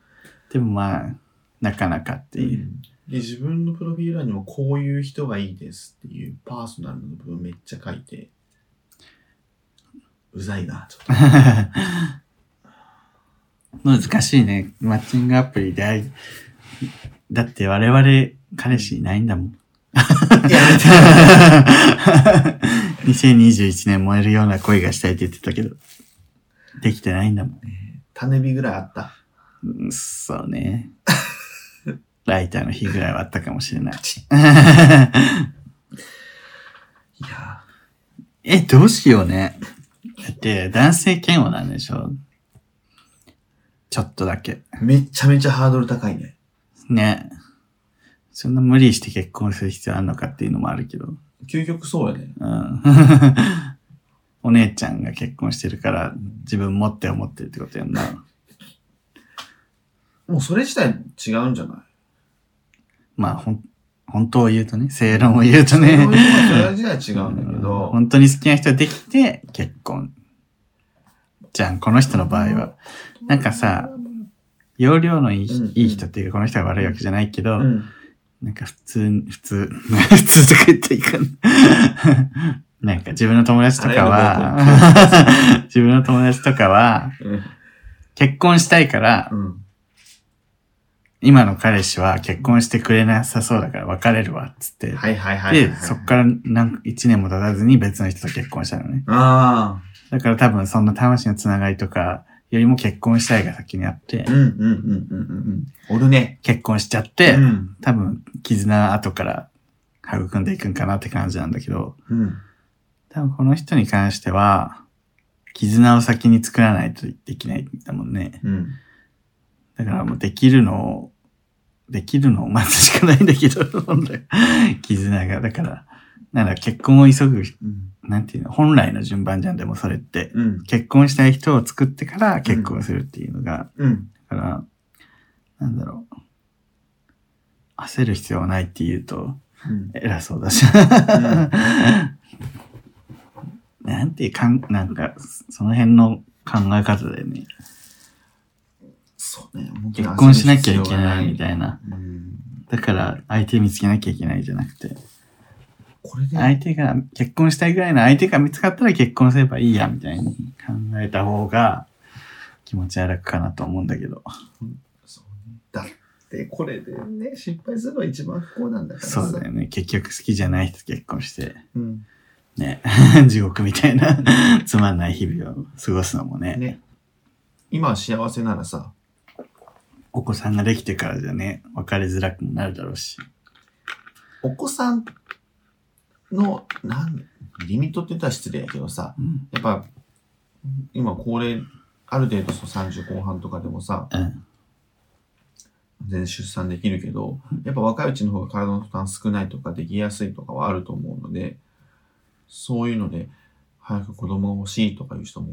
Speaker 1: でもまあ、なかなかっていう。
Speaker 2: で、自分のプロフィール欄にもこういう人がいいですっていうパーソナルの部分めっちゃ書いて、うざいな、ちょっと。
Speaker 1: 難しいね。マッチングアプリで会い、だって我々彼氏いないんだもん。
Speaker 2: いや
Speaker 1: 2021年燃えるような恋がしたいって言ってたけど、できてないんだもん。
Speaker 2: 種火ぐらいあった。
Speaker 1: うんそう ね。ライターの日ぐらいはあったかもしれない。
Speaker 2: いや
Speaker 1: え、どうしようね。だって、男性嫌悪なんでしょちょっとだけ。
Speaker 2: ーめちゃめちゃハードル高いね。
Speaker 1: ね。そんな無理して結婚する必要あるのかっていうのもあるけど。
Speaker 2: 究極そうやね。
Speaker 1: うん。 お姉ちゃんが結婚してるから、自分もって思ってるってことやんな。
Speaker 2: もうそれ自体違うんじゃない
Speaker 1: まあ、ほん、本当を言うとね、正論を言うと
Speaker 2: それ
Speaker 1: ね
Speaker 2: も。今それ自体違うんだけど、
Speaker 1: 本当に好きな人ができて、結婚。じゃん、この人の場合は。なんかさ、容量のいい,、
Speaker 2: うん
Speaker 1: いい人っていうか、この人が悪いわけじゃないけど、
Speaker 2: うん、
Speaker 1: なんか普通、普通、普通とか言ったらいかん。 なんか自分の友達とかは、自分の友達とかは、
Speaker 2: うん
Speaker 1: 結婚したいから
Speaker 2: う、ん、
Speaker 1: 今の彼氏は結婚してくれなさそうだから別れるわ、つって。
Speaker 2: はいはいはいはい、
Speaker 1: で、そっからなんか1年も経たずに別の人と結婚したのね。
Speaker 2: あ
Speaker 1: だから多分そんな魂のつながりとかよりも結婚したいが先にあって
Speaker 2: あ、う、んうんうんうんうんうん。おるね。
Speaker 1: 結婚しちゃっ
Speaker 2: う
Speaker 1: て、
Speaker 2: ん。
Speaker 1: 多分絆は後から育んでいくんかなって感じなんだけど、
Speaker 2: うん。
Speaker 1: 多分この人に関しては、絆を先に作らないとできないんだもんね。
Speaker 2: うん。
Speaker 1: だからもうできるのを、できるのを待つしかないんだけど、本来絆が。だから、なんだ、結婚を急ぐ、
Speaker 2: うん。
Speaker 1: なんていうの、本来の順番じゃん、でもそれって。
Speaker 2: うん。
Speaker 1: 結婚したい人を作ってから結婚するっていうのが、
Speaker 2: うん。
Speaker 1: だから、なんだろう。焦る必要はないって言うと、
Speaker 2: うん
Speaker 1: 偉そうだし。 なんていうかん、なんか、その辺の考え方だよね。
Speaker 2: そうね。本当に
Speaker 1: 結婚しなきゃいけないみ
Speaker 2: い
Speaker 1: たいな。
Speaker 2: な。うん。
Speaker 1: だから、相手見つけなきゃいけないじゃなくて、
Speaker 2: これで、
Speaker 1: 相手が、結婚したいぐらいの相手が見つかったら結婚すればいいや、みたいに考えた方が、気持ちは楽かなと思うんだけど。
Speaker 2: そうねだって、これでね、失敗するのが一番不幸なんだからさ。
Speaker 1: そうだよね。結局好きじゃない人と結婚して。
Speaker 2: うん。
Speaker 1: ね、地獄みたいな、 つまんない日々を過ごすのもね、
Speaker 2: ね。今は幸せならさ、
Speaker 1: お子さんができてからじゃね、別れづらくもなるだろうし。
Speaker 2: お子さんの、なん、リミットって言ったら失礼やけどさ、
Speaker 1: うん。
Speaker 2: やっぱ、今、高齢、ある程度そう30後半とかでもさ、
Speaker 1: うん。
Speaker 2: 全然出産できるけど、やっぱ若いうちの方が体の負担少ないとかできやすいとかはあると思うので、そういうので、早く子供が欲しいとかいう人も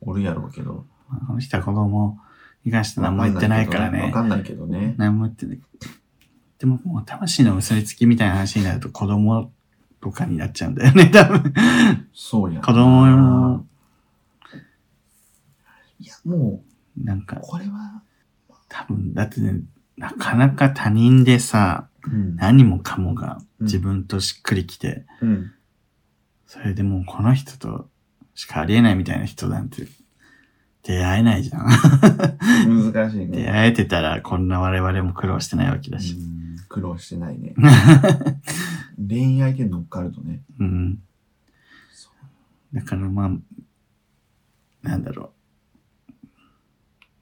Speaker 2: おるやろうけど、
Speaker 1: まあこの人は子供に関して何も言ってないから
Speaker 2: わ
Speaker 1: ね。
Speaker 2: かんないけどね。
Speaker 1: 何も言ってない。でももう魂の結びつきみたいな話になると子供とかになっちゃうんだよね、多 分。
Speaker 2: そうやな。
Speaker 1: 子供も、
Speaker 2: いや、も
Speaker 1: なん
Speaker 2: う、
Speaker 1: か、
Speaker 2: これは、
Speaker 1: 多分、だってね、なかなか他人でさ、
Speaker 2: うん
Speaker 1: 何もかもが自分としっくりきて、
Speaker 2: うん。
Speaker 1: それでもうこの人としかありえないみたいな人なんて出会えないじゃん。
Speaker 2: 難し
Speaker 1: 出
Speaker 2: いね。
Speaker 1: 会えてたらこんな我々も苦労してないわけ
Speaker 2: う
Speaker 1: だし。
Speaker 2: ん苦労してない ね。恋愛で乗っかるとね。
Speaker 1: うん。
Speaker 2: そ
Speaker 1: だからまあ、なんだろ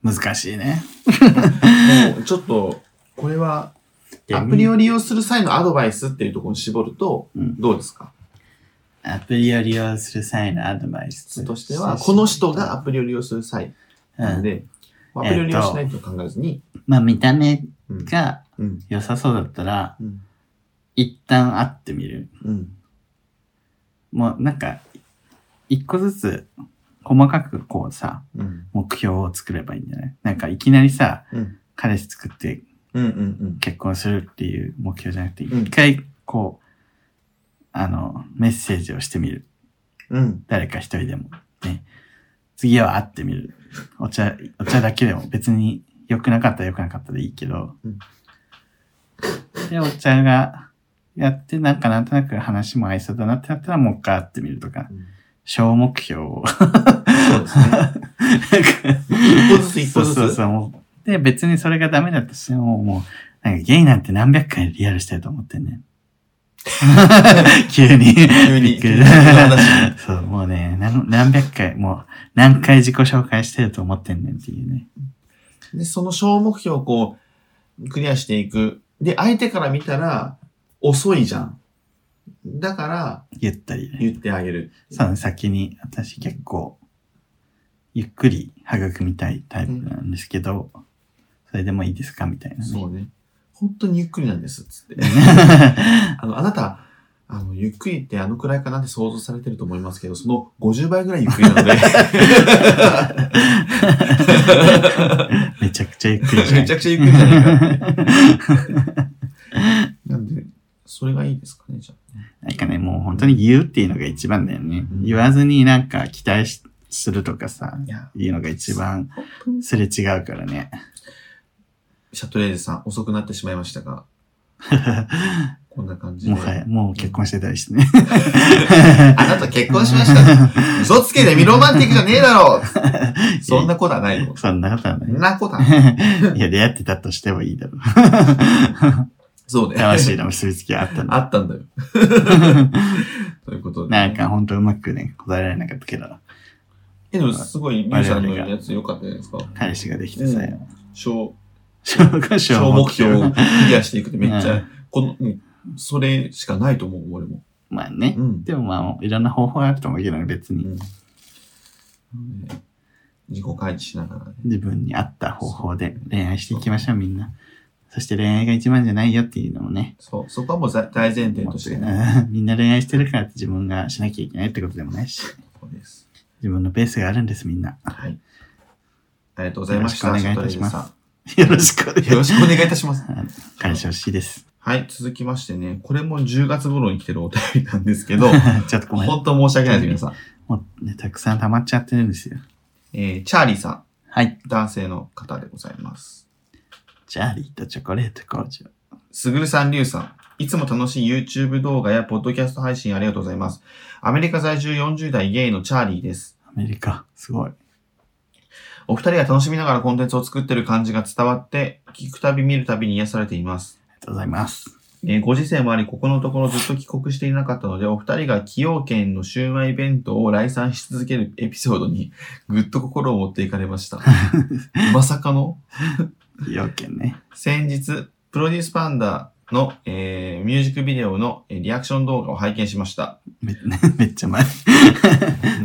Speaker 1: う。難しいね。
Speaker 2: もうちょっと、これは、アプリを利用する際のアドバイスっていうところに絞ると、
Speaker 1: うん
Speaker 2: どうですか
Speaker 1: アプリを利用する際のアドバイス
Speaker 2: としては、この人がアプリを利用する際な
Speaker 1: うんん、
Speaker 2: で、アプリを利用しないと考えずに、
Speaker 1: まあ見た目
Speaker 2: うん
Speaker 1: が
Speaker 2: うん、
Speaker 1: 良さそうだったら、
Speaker 2: うん、
Speaker 1: 一旦会ってみる。
Speaker 2: うん、
Speaker 1: もうなんか、一個ずつ細かくこうさ、
Speaker 2: うん、
Speaker 1: 目標を作ればいいんじゃないなんかいきなりさ、
Speaker 2: うん、
Speaker 1: 彼氏作って
Speaker 2: うん、うん、
Speaker 1: 結婚するっていう目標じゃなくて、
Speaker 2: うん
Speaker 1: 一回こう、あの、メッセージをしてみる。
Speaker 2: うん、
Speaker 1: 誰か一人でも。ね。次は会ってみる。お茶、お茶だけでも別に良くなかったら良くなかったでいいけど。
Speaker 2: うん
Speaker 1: で、お茶がやって、なんかなんとなく話も合いそうだなってなったらもう一回会ってみるとか、小目標を
Speaker 2: そうですね。一歩ずつ一歩ずつ
Speaker 1: そうそうそうもうで、別にそれがダメだとしても、もう、なんかゲイなんて何百回リアルしたいと思ってんね。 急に。
Speaker 2: 急に
Speaker 1: びっくり
Speaker 2: 急に話
Speaker 1: そう、もうね、何何百回、もう何回自己紹介してると思ってんねんっていうね。
Speaker 2: で、その小目標をこう、クリアしていく。で、相手から見たら、遅いじゃん。だから、
Speaker 1: ゆったりね。
Speaker 2: 言ってあげる。
Speaker 1: そうね、先に、私結構、ゆっくり育みたいタイプなんですけど、それでもいいですかみたいなね。
Speaker 2: そうね。本当にゆっくりなんです、つって。あの、あなた、あの、ゆっくりってあのくらいかなって想像されてると思いますけど、その50倍ぐらいゆっくりなの で、
Speaker 1: めちゃくちゃゆっくりじゃな
Speaker 2: め
Speaker 1: い
Speaker 2: ちゃくちゃゆっくりじゃないかって。 なんで、それがいいですかね、じゃ
Speaker 1: なんかね、もう本当に言うっていうのが一番だよね。
Speaker 2: うん
Speaker 1: 言わずになんか期待しするとかさ
Speaker 2: あ。、いや、
Speaker 1: いうのが一番
Speaker 2: 本当に
Speaker 1: すれ違うからね。
Speaker 2: シャトレーゼさん、遅くなってしまいまし たが、こんな感じで。
Speaker 1: もはや、もう結婚してたりして ね。
Speaker 2: あなた結婚しました。嘘つけでミロマンティックじゃねえ だろそんなことはないよ。そ
Speaker 1: そんなことはなんい。
Speaker 2: なことは ない。
Speaker 1: いや、出会ってたとしてもいいだろう。
Speaker 2: そうね。
Speaker 1: 魂の結びつきがあったん
Speaker 2: あ
Speaker 1: だ。
Speaker 2: ったん だよ。ということで。
Speaker 1: なんか本当うまくね、答えられなかったけど、
Speaker 2: え、でもすごい、ミュージシャンのやつ良かったじゃないですか。
Speaker 1: 彼氏ができてさよ。
Speaker 2: 小、
Speaker 1: 小5
Speaker 2: 小
Speaker 1: 小
Speaker 2: 目標をクリアしていくってめっち
Speaker 1: う
Speaker 2: ゃ、この、うんそれしかないと思う、俺も。
Speaker 1: まあね
Speaker 2: う。ん。
Speaker 1: でもまあ、いろんな方法があると思うけどね、別
Speaker 2: う
Speaker 1: に。
Speaker 2: んね自己開示しながらね。
Speaker 1: 自分に合った方法で恋愛していきましょう、みんな。そして恋愛が一番じゃないよっていうのもね。
Speaker 2: そう、そこはもう大大前提としてね。
Speaker 1: うんみんな恋愛してるからって自分がしなきゃいけないってことでもないし。
Speaker 2: そうです。
Speaker 1: 自分のペースがあるんです、みんな。
Speaker 2: はい。ありがとうございました。
Speaker 1: よろしくお願いいたします
Speaker 2: シャト
Speaker 1: よろしくお願い
Speaker 2: レーゼさんよろしくお願いいたします。
Speaker 1: 彼氏欲しいです。
Speaker 2: はい、続きましてね、これも10月頃に来てるお便りなんですけど、
Speaker 1: ちょっとごめん。
Speaker 2: 本当申し訳ないです、皆さん。
Speaker 1: もうね、たくさん溜まっちゃってるんですよ。
Speaker 2: えー、チャーリーさ
Speaker 1: はい。
Speaker 2: ん、男性の方でございます。
Speaker 1: チャーリーとチョコレート工場。
Speaker 2: すぐるさん、りゅうさん。いつも楽しい YouTube 動画やポッドキャスト配信ありがとうございます。アメリカ在住40代ゲイのチャーリーです。
Speaker 1: アメリカ、すごい。
Speaker 2: お二人が楽しみながらコンテンツを作ってる感じが伝わって、聞くたび見るたびに癒されています。
Speaker 1: ありがとうございます。
Speaker 2: えーご時世もあり、ここのところずっと帰国していなかったので、お二人が崎陽軒のシウマイ弁当を来賛し続けるエピソードに、ぐっと心を持っていかれま した。まさかの
Speaker 1: 要件ね。
Speaker 2: 先日、プロデュースパンダの、えーミュージックビデオのえーリアクション動画を拝見しました。
Speaker 1: め めっちゃ前。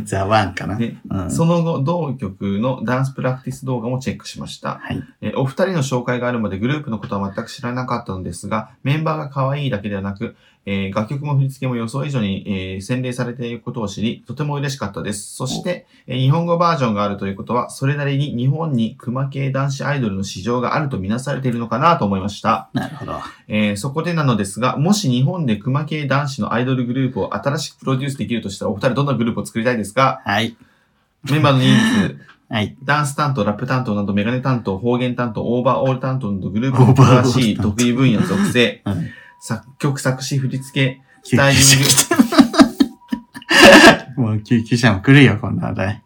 Speaker 1: ザ・ワンかな。
Speaker 2: で
Speaker 1: うん
Speaker 2: その後、同曲のダンスプラクティス動画もチェックしました。
Speaker 1: はい。
Speaker 2: えーお二人の紹介があるまでグループのことは全く知らなかったのですが、メンバーが可愛いだけではなく、えー楽曲も振り付けも予想以上に、えー洗練されていることを知り、とても嬉しかったです。そして、えー日本語バージョンがあるということは、それなりに日本に熊系男子アイドルの市場があるとみなされているのかなと思いました。
Speaker 1: なるほど。
Speaker 2: えーそこでなのですが、もし日本で熊系男子のアイドルグループを新しくプロデュースできるとしたら、お二人どんなグループを作りたいですか
Speaker 1: はい。
Speaker 2: メンバーの人数、
Speaker 1: はい。
Speaker 2: ダンス担当、ラップ担当など、メガネ担当、方言担当、オーバーオール担当など、グループ
Speaker 1: オ
Speaker 2: の
Speaker 1: ーバーオール担
Speaker 2: 詳
Speaker 1: 当
Speaker 2: しい得意分野の属性、
Speaker 1: うん
Speaker 2: 作曲、作詞、振り付け、ス
Speaker 1: 救
Speaker 2: タイリ
Speaker 1: 急
Speaker 2: ング、
Speaker 1: 車来た。 もう救急車も来るよ、こんな話題。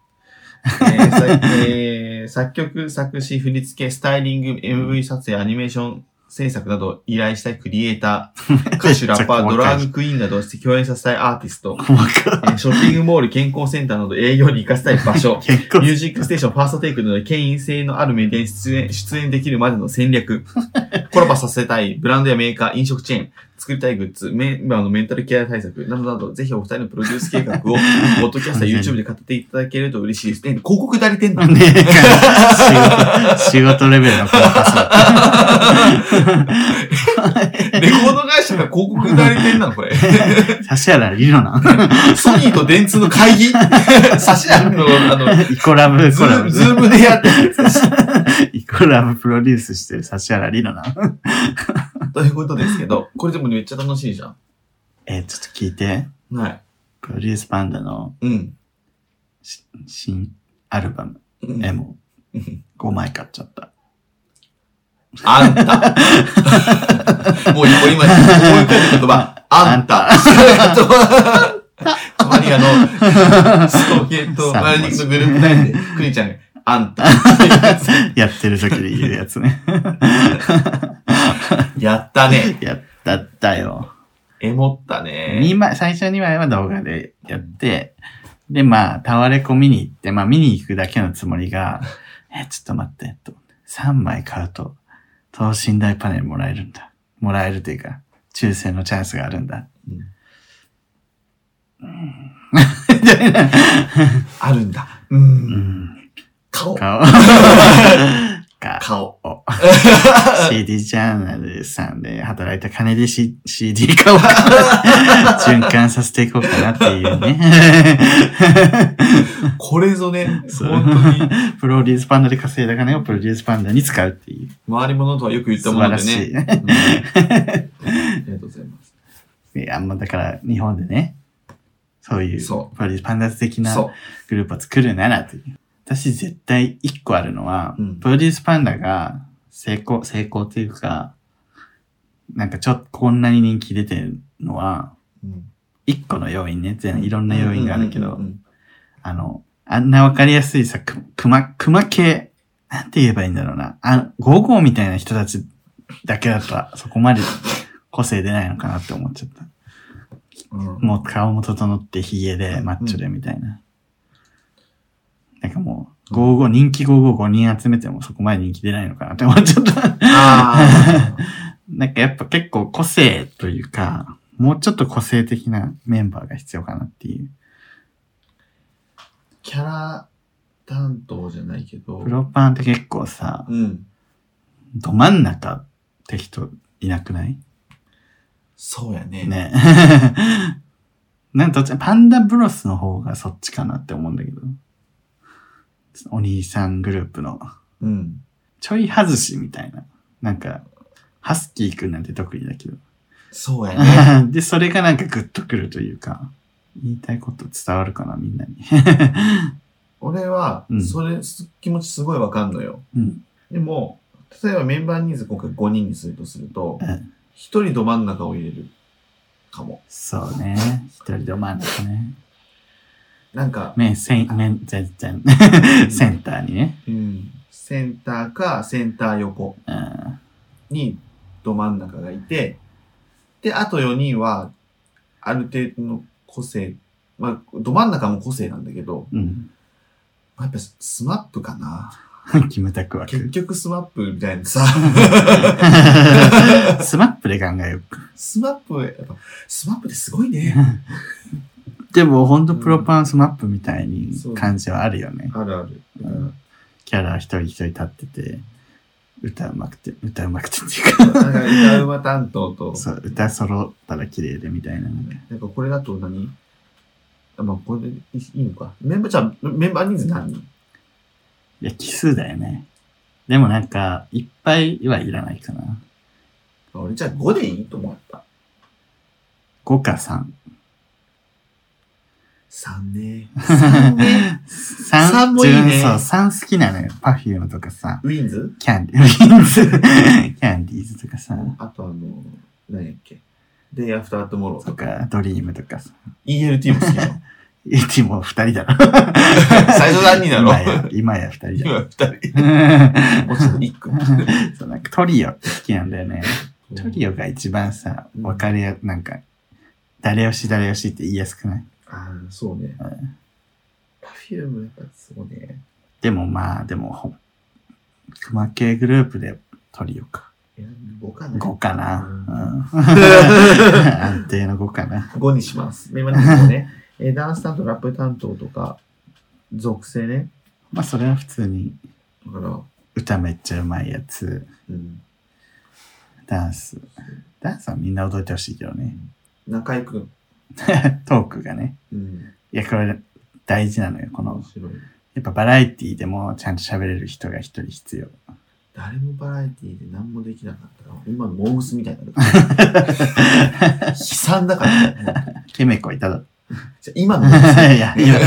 Speaker 2: えーさえー作曲、作詞、振り付け、スタイリング、MV 撮影、アニメーション制作など依頼したいクリエイタ ー、歌手、ラッパー、ドラァグクイーンなど共演させたいアーティスト、
Speaker 1: 細か
Speaker 2: えーショッピングモール、健康センターなど営業に活かせたい場所
Speaker 1: い。、結構
Speaker 2: ミュージックステーション、ファーストテイクなど、牽引性のあるメディアに出演、出演できるまでの戦 略。コラボさせたいブランドやメーカー、飲食チェーン、作りたいグッズ、メンバーのメンタルケア対策などなど、ぜひお二人のプロデュース 計画を、ポッドキャストや YouTube で語っていただけると嬉しいです。ね、広告代理店だ。
Speaker 1: ねえ、仕事、仕事レベルの細かさ。
Speaker 2: レコード会社が広告代理店なの これ。
Speaker 1: 指原リロな。
Speaker 2: ソニーと電通の会 議差し合うの、 あの、
Speaker 1: イコラブ、
Speaker 2: ズ
Speaker 1: コラ
Speaker 2: ー
Speaker 1: ブ
Speaker 2: ム、。ズームでやってるやつです
Speaker 1: イコラブプロデュースしてる指原リロな。
Speaker 2: ということですけど、これでもめっちゃ楽しいじゃ
Speaker 1: えー、ちょっと聞いて。
Speaker 2: ん。はい。
Speaker 1: プロデュースパンダの
Speaker 2: うん。
Speaker 1: し新アルバム、
Speaker 2: うん
Speaker 1: エ モ。5枚買っちゃった。
Speaker 2: あんた。もう今、今、思い浮かべた言葉、あんた。 たまにあの、ストーケンとマルニックのグループ内で、クニちゃんが、あ んた。
Speaker 1: やってる時で言うやつね。
Speaker 2: やったね。
Speaker 1: やったったよ。
Speaker 2: エモったね。
Speaker 1: 二枚、最初2枚は動画でやって、で、まあ、タワレコ見に行って、まあ見に行くだけのつもりが、 え、ちょっと待って、と。3枚買うと、等身大パネルもらえるんだ。もらえるというか、抽選のチャンスがあるんだ。
Speaker 2: あるんだ。う。
Speaker 1: うんん。
Speaker 2: 顔。
Speaker 1: 顔。か、
Speaker 2: 顔。
Speaker 1: CD ジャーナルさんで働いた金で、C、CD 化を 循環させていこうかなっていうね。
Speaker 2: これぞね、
Speaker 1: そう
Speaker 2: 本当に、
Speaker 1: プロデュースパンダで稼いだ金をプロデュースパンダに使うっていう。
Speaker 2: 回り物とはよく言った
Speaker 1: 素
Speaker 2: もの
Speaker 1: 晴
Speaker 2: で
Speaker 1: ら
Speaker 2: ね。
Speaker 1: しい。
Speaker 2: うんありがとうございます。
Speaker 1: いや、まあだから日本でね、そういう
Speaker 2: そ
Speaker 1: プロデュースパンダ的な
Speaker 2: そ
Speaker 1: グループを作るならという。私絶対一個あるのは、
Speaker 2: うん
Speaker 1: プロデュースパンダが成功、成功というか、なんかちょっとこんなに人気出てるのは、
Speaker 2: う。
Speaker 1: 一個の要因ね、全いろ
Speaker 2: こ
Speaker 1: んな要因があるけど、
Speaker 2: うん
Speaker 1: あの、あんなわかりやすいさ、く熊、熊系、なんて言えばいいんだろうな。あ、ゴーゴーみたいな人たちだけだとは、そこまで個性出ないのかなって思っちゃった。
Speaker 2: うん
Speaker 1: もう顔も整って、ヒゲで、マッチョで、みたいな。なんかもう、55、人気555人集めてもそこまで人気出ないのかなって思っちゃった。
Speaker 2: あー
Speaker 1: なんかやっぱ結構個性というか、もうちょっと個性的なメンバーが必要かなっていう。
Speaker 2: キャラ担当じゃないけど
Speaker 1: プ、ロパンって結構さ、
Speaker 2: うん。
Speaker 1: ど真ん中って人いなくない
Speaker 2: そうやね。
Speaker 1: ね。 なんと、パンダブロスの方がそっちかなって思うんだけど。お兄さんグループの、
Speaker 2: うん。
Speaker 1: ちょい外しみたいな。なんか、ハスキーくんなんて得意だけど。
Speaker 2: そうやね。
Speaker 1: で、それがなんかグッとくるというか、言いたいこと伝わるかな、みんなに。
Speaker 2: 俺は
Speaker 1: うん、
Speaker 2: それ、す気持ちすごいわかんのよ。
Speaker 1: うん。
Speaker 2: でも、例えばメンバー人数今回5人にするとすると
Speaker 1: うん、
Speaker 2: 1人ど真ん中を入れるかも。
Speaker 1: そうね。一人で真ん中ね。
Speaker 2: なん か、
Speaker 1: メン、セン、メン、全然。センターにね。
Speaker 2: うん、センターかセンター横
Speaker 1: うん。
Speaker 2: にど真ん中がいて、で、あと4人は、ある程度の個性、まあ、ど真ん中も個性なんだけど、
Speaker 1: うん。
Speaker 2: まあやっぱスマップかな。
Speaker 1: キムタク枠。
Speaker 2: 結局スマップみたいな さ、
Speaker 1: スマップで考えようか。
Speaker 2: スマップ、やっぱ、スマップってすごいね。
Speaker 1: でもほんとプロパンスマップみたいに感じはあるよね。
Speaker 2: あるある。
Speaker 1: う
Speaker 2: うんん、
Speaker 1: キャラ一人一人立ってて、歌うまくて、歌うまくてっていうか、
Speaker 2: なんか歌うま担当と、
Speaker 1: そう、歌揃ったら綺麗でみたいな。
Speaker 2: なんかこれだと何あまあ、これでいいいのか。メンバー、じゃあメンバー人数何人
Speaker 1: いや、奇数だよね。でもなんか、いっぱいはいらないかな。
Speaker 2: あ俺じゃあ5でいいと思った。
Speaker 1: 5か3。
Speaker 2: 3ね。
Speaker 1: 3
Speaker 2: 3ね。
Speaker 1: 3
Speaker 2: もいいね
Speaker 1: そう、3好きなのよ。パフュームとかさ、
Speaker 2: ウィンズ
Speaker 1: キャンディー ズ、キャンディーズとかさ、
Speaker 2: あとあの、何やっけ。で、アフタートゥモロー
Speaker 1: と
Speaker 2: とか。
Speaker 1: か、ドリームとかさ。
Speaker 2: ELT も好きなの。
Speaker 1: え、でも二人だろ。
Speaker 2: 最初何人だろ
Speaker 1: 今や、今や二 人だ
Speaker 2: 今
Speaker 1: ろ。
Speaker 2: 2人。もうちょっと1個。
Speaker 1: そう、なんかトリオって好きなんだよね。トリ
Speaker 2: オ。
Speaker 1: オが一番さ、
Speaker 2: うん
Speaker 1: 分かれや、なんか、誰推し誰推しって言いやすくない
Speaker 2: ああ、そうね
Speaker 1: は。
Speaker 2: パフュームやっぱそうね。
Speaker 1: でもまあ、でも、ほ熊系グループでトリオか。
Speaker 2: 選5かな。
Speaker 1: 5かな。うん。 安定の5かな。
Speaker 2: 5にします。メンバー人数も ね。えーダンス担当、ラップ担当とか、属性ね。
Speaker 1: まあ、それは普通に、
Speaker 2: だから、
Speaker 1: 歌めっちゃうまいやつ、
Speaker 2: うん。
Speaker 1: ダンス。ダンスはみんな踊ってほしいけどね。
Speaker 2: 中居くん。
Speaker 1: トークがね。
Speaker 2: うん。
Speaker 1: いや、これ大事なのよ。この
Speaker 2: 面白い。
Speaker 1: やっぱバラエティでもちゃんと喋れる人が一人必要。
Speaker 2: 誰もバラエティで何もできなかったら、今のモームスみたいになる。 悲惨だからね。
Speaker 1: ケメコいただ。
Speaker 2: じゃあ今のモーム ス
Speaker 1: いや、 今の。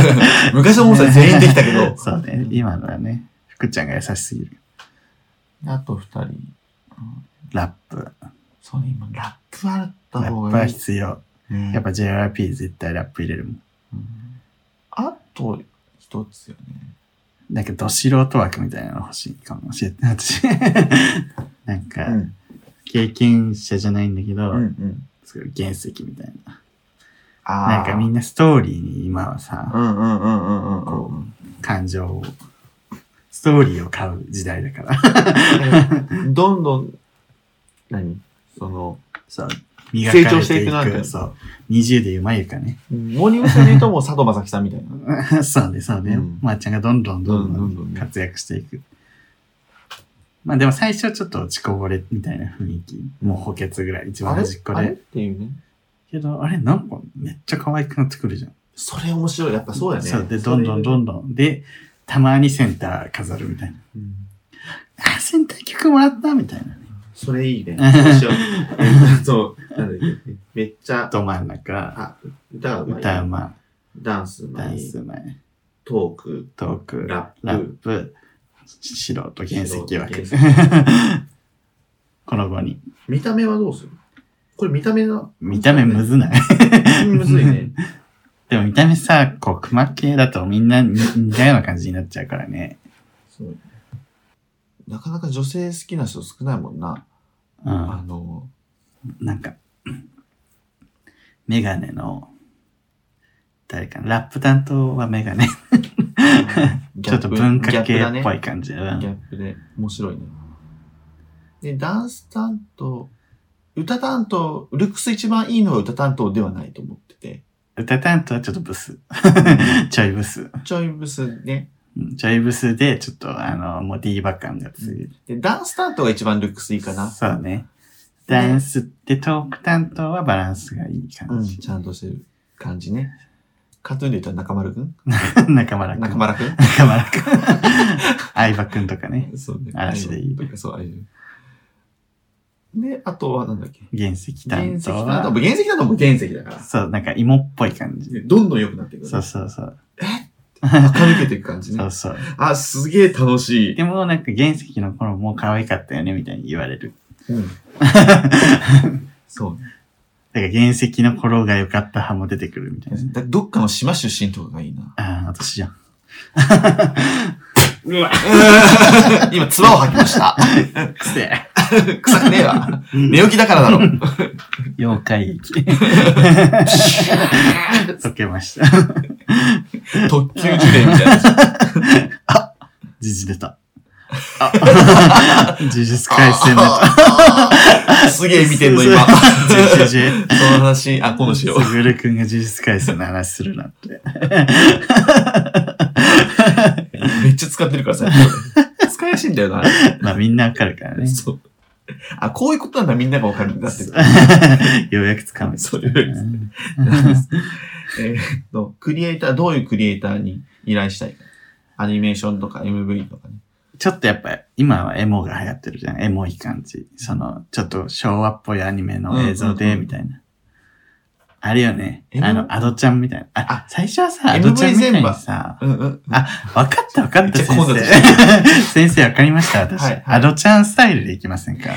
Speaker 2: 昔のモームスは全員できたけ ど。
Speaker 1: そうね。今のはね、福ちゃんが優しすぎる。
Speaker 2: あと二人。
Speaker 1: ラップ。
Speaker 2: そうね、今、ラップあった
Speaker 1: ラ
Speaker 2: 方
Speaker 1: ップ
Speaker 2: が
Speaker 1: はい
Speaker 2: い。
Speaker 1: 必要。
Speaker 2: ね
Speaker 1: やっぱ JYP 絶対ラップ入れるもん。
Speaker 2: うんあと一つよね。
Speaker 1: なんか、ど素人枠みたいなの欲しいかもしれない。私 なん
Speaker 2: う
Speaker 1: か、
Speaker 2: ん。
Speaker 1: 経験者じゃないんだけど、
Speaker 2: うんうん。
Speaker 1: すごい原石みたいな。
Speaker 2: ああ。
Speaker 1: なんかみんなストーリーに今はさ、
Speaker 2: うんうんうんうんうんうんうん。
Speaker 1: 感情を、ストーリーを買う時代だから。
Speaker 2: どんどん、何 その、
Speaker 1: そう。磨かれていく
Speaker 2: 成長していくなんて
Speaker 1: そう。20でいう眉かね。
Speaker 2: モーニング娘。で言うともう佐藤正樹さんみたいな。
Speaker 1: そうね、そうね。
Speaker 2: うん
Speaker 1: まーちゃんがどんどんどんど
Speaker 2: どんどんどん
Speaker 1: ん
Speaker 2: ね
Speaker 1: 活躍していく。まあでも最初ちょっと落ちこぼれみたいな雰囲気。もう補欠ぐらい。一番端っこ
Speaker 2: あれっ
Speaker 1: で。
Speaker 2: ていうね。
Speaker 1: けど、あれなんかめっちゃ可愛くなってくるじゃん。
Speaker 2: それ面白い。やっぱそうだね。
Speaker 1: そう、で、どんどんど
Speaker 2: ん。
Speaker 1: んどん。で、たまにセンター飾るみたいな。
Speaker 2: うん
Speaker 1: あ、センター曲もらったみたいな。
Speaker 2: それいいね。 面白いえっとなんだっけめっちゃ
Speaker 1: ど真ん中、
Speaker 2: あ、歌うまい。
Speaker 1: 歌うま、
Speaker 2: ダンスうま
Speaker 1: ダン
Speaker 2: い。
Speaker 1: ス前、
Speaker 2: トーク、
Speaker 1: トーク、ラ
Speaker 2: ラップ
Speaker 1: ッ。プ、素人、原石枠
Speaker 2: 素人。
Speaker 1: この5人。
Speaker 2: 見た目はどうするこれ見た目の。
Speaker 1: 見た目むず ない。
Speaker 2: むずいね。
Speaker 1: でも見た目さ、こう、熊系だとみんな似似たような感じになっちゃうからね。
Speaker 2: そうなかなか女性好きな人少ないもんな。
Speaker 1: うん。
Speaker 2: あ の、
Speaker 1: なんか、メガネの、誰かな、ラップ担当はメガネ。
Speaker 2: ギ
Speaker 1: ち
Speaker 2: ャ
Speaker 1: ょ
Speaker 2: ッ
Speaker 1: っと
Speaker 2: プ
Speaker 1: 文化系
Speaker 2: ギャップだね
Speaker 1: っぽい感じ。う
Speaker 2: ギャ
Speaker 1: ん
Speaker 2: ップで面白いね。で、ダンス担当、歌担当、ルックス一番いいのは歌担当ではないと思ってて、
Speaker 1: 歌担当はちょっとブス。ちょいブス。
Speaker 2: ちょいブスね。
Speaker 1: うんちょいブスで、ちょっと、あの、もうディーバ感が強い。
Speaker 2: で、ダンス担当が一番ルックスいいかな。
Speaker 1: そうね。ダンスでトーク担当はバランスがいい
Speaker 2: うん、
Speaker 1: 感じ
Speaker 2: ち。ゃんとしてる感じね。カートゥーンで言ったら中丸くん
Speaker 1: 中村くん。
Speaker 2: 中村くん
Speaker 1: 中村くん。相葉くんとかね。
Speaker 2: そうね。
Speaker 1: 嵐でいい
Speaker 2: とか、そう、ああいう。で、あとはなんだっけ
Speaker 1: 原石
Speaker 2: 原
Speaker 1: 担
Speaker 2: 石
Speaker 1: 当
Speaker 2: 担当。
Speaker 1: は。
Speaker 2: 原石担当も原石だから。
Speaker 1: そう、なんか芋っぽい感じ。
Speaker 2: でどんどん良くなっていくる。
Speaker 1: そうそうそう。
Speaker 2: 垢抜けていく感じ
Speaker 1: そ
Speaker 2: ね
Speaker 1: う。そう。
Speaker 2: あ、すげえ楽しい。
Speaker 1: でもなんか原石の頃も可愛かったよね、みたいに言われる。
Speaker 2: うん。そうね。
Speaker 1: だから原石の頃が良かった派も出てくるみたいな。
Speaker 2: だどっかの島出身とかがいいな。
Speaker 1: ああ、私じゃん。
Speaker 2: 今、唾を吐きました。
Speaker 1: くせえ。
Speaker 2: 臭くねえわ。寝起きだからだろ。
Speaker 1: 妖怪液。 溶けました。
Speaker 2: 特急受電みたい な。
Speaker 1: じじ出た。 あ、呪術回戦だ。
Speaker 2: あーすげえ見てん の、今。
Speaker 1: じじじ。
Speaker 2: その話、あ、今度しよう。
Speaker 1: すぐるくんが呪術回戦の話するなんて。
Speaker 2: めっちゃ使って るからさ。使いやすいんだよな。あれ
Speaker 1: まあみんなわかるからね。
Speaker 2: そう。 あ、こういうことなんだ、みんながわかるん だって。
Speaker 1: ようやくつかめた
Speaker 2: それより
Speaker 1: うん
Speaker 2: えーっと、クリエイター、どういうクリエイターに依頼したいか。アニメーションとか MV とかね。
Speaker 1: ちょっとやっぱ今はエモが流行ってるじゃん。エモい感じ。その、ちょっと昭和っぽいアニメの映像
Speaker 2: うんう
Speaker 1: で、
Speaker 2: んうん
Speaker 1: みたいな。あれよね。
Speaker 2: エモ
Speaker 1: あの、アドちゃんみたいな。あ
Speaker 2: あ、
Speaker 1: 最初はさ、ア
Speaker 2: MV
Speaker 1: ドちゃんみたいにさ、
Speaker 2: うんうん。
Speaker 1: あ、わかったわかっ
Speaker 2: めったちゃ
Speaker 1: 先
Speaker 2: 混雑し
Speaker 1: 生。 先生わかりました、私。
Speaker 2: はいはい
Speaker 1: アドちゃんスタイルでいきませんかね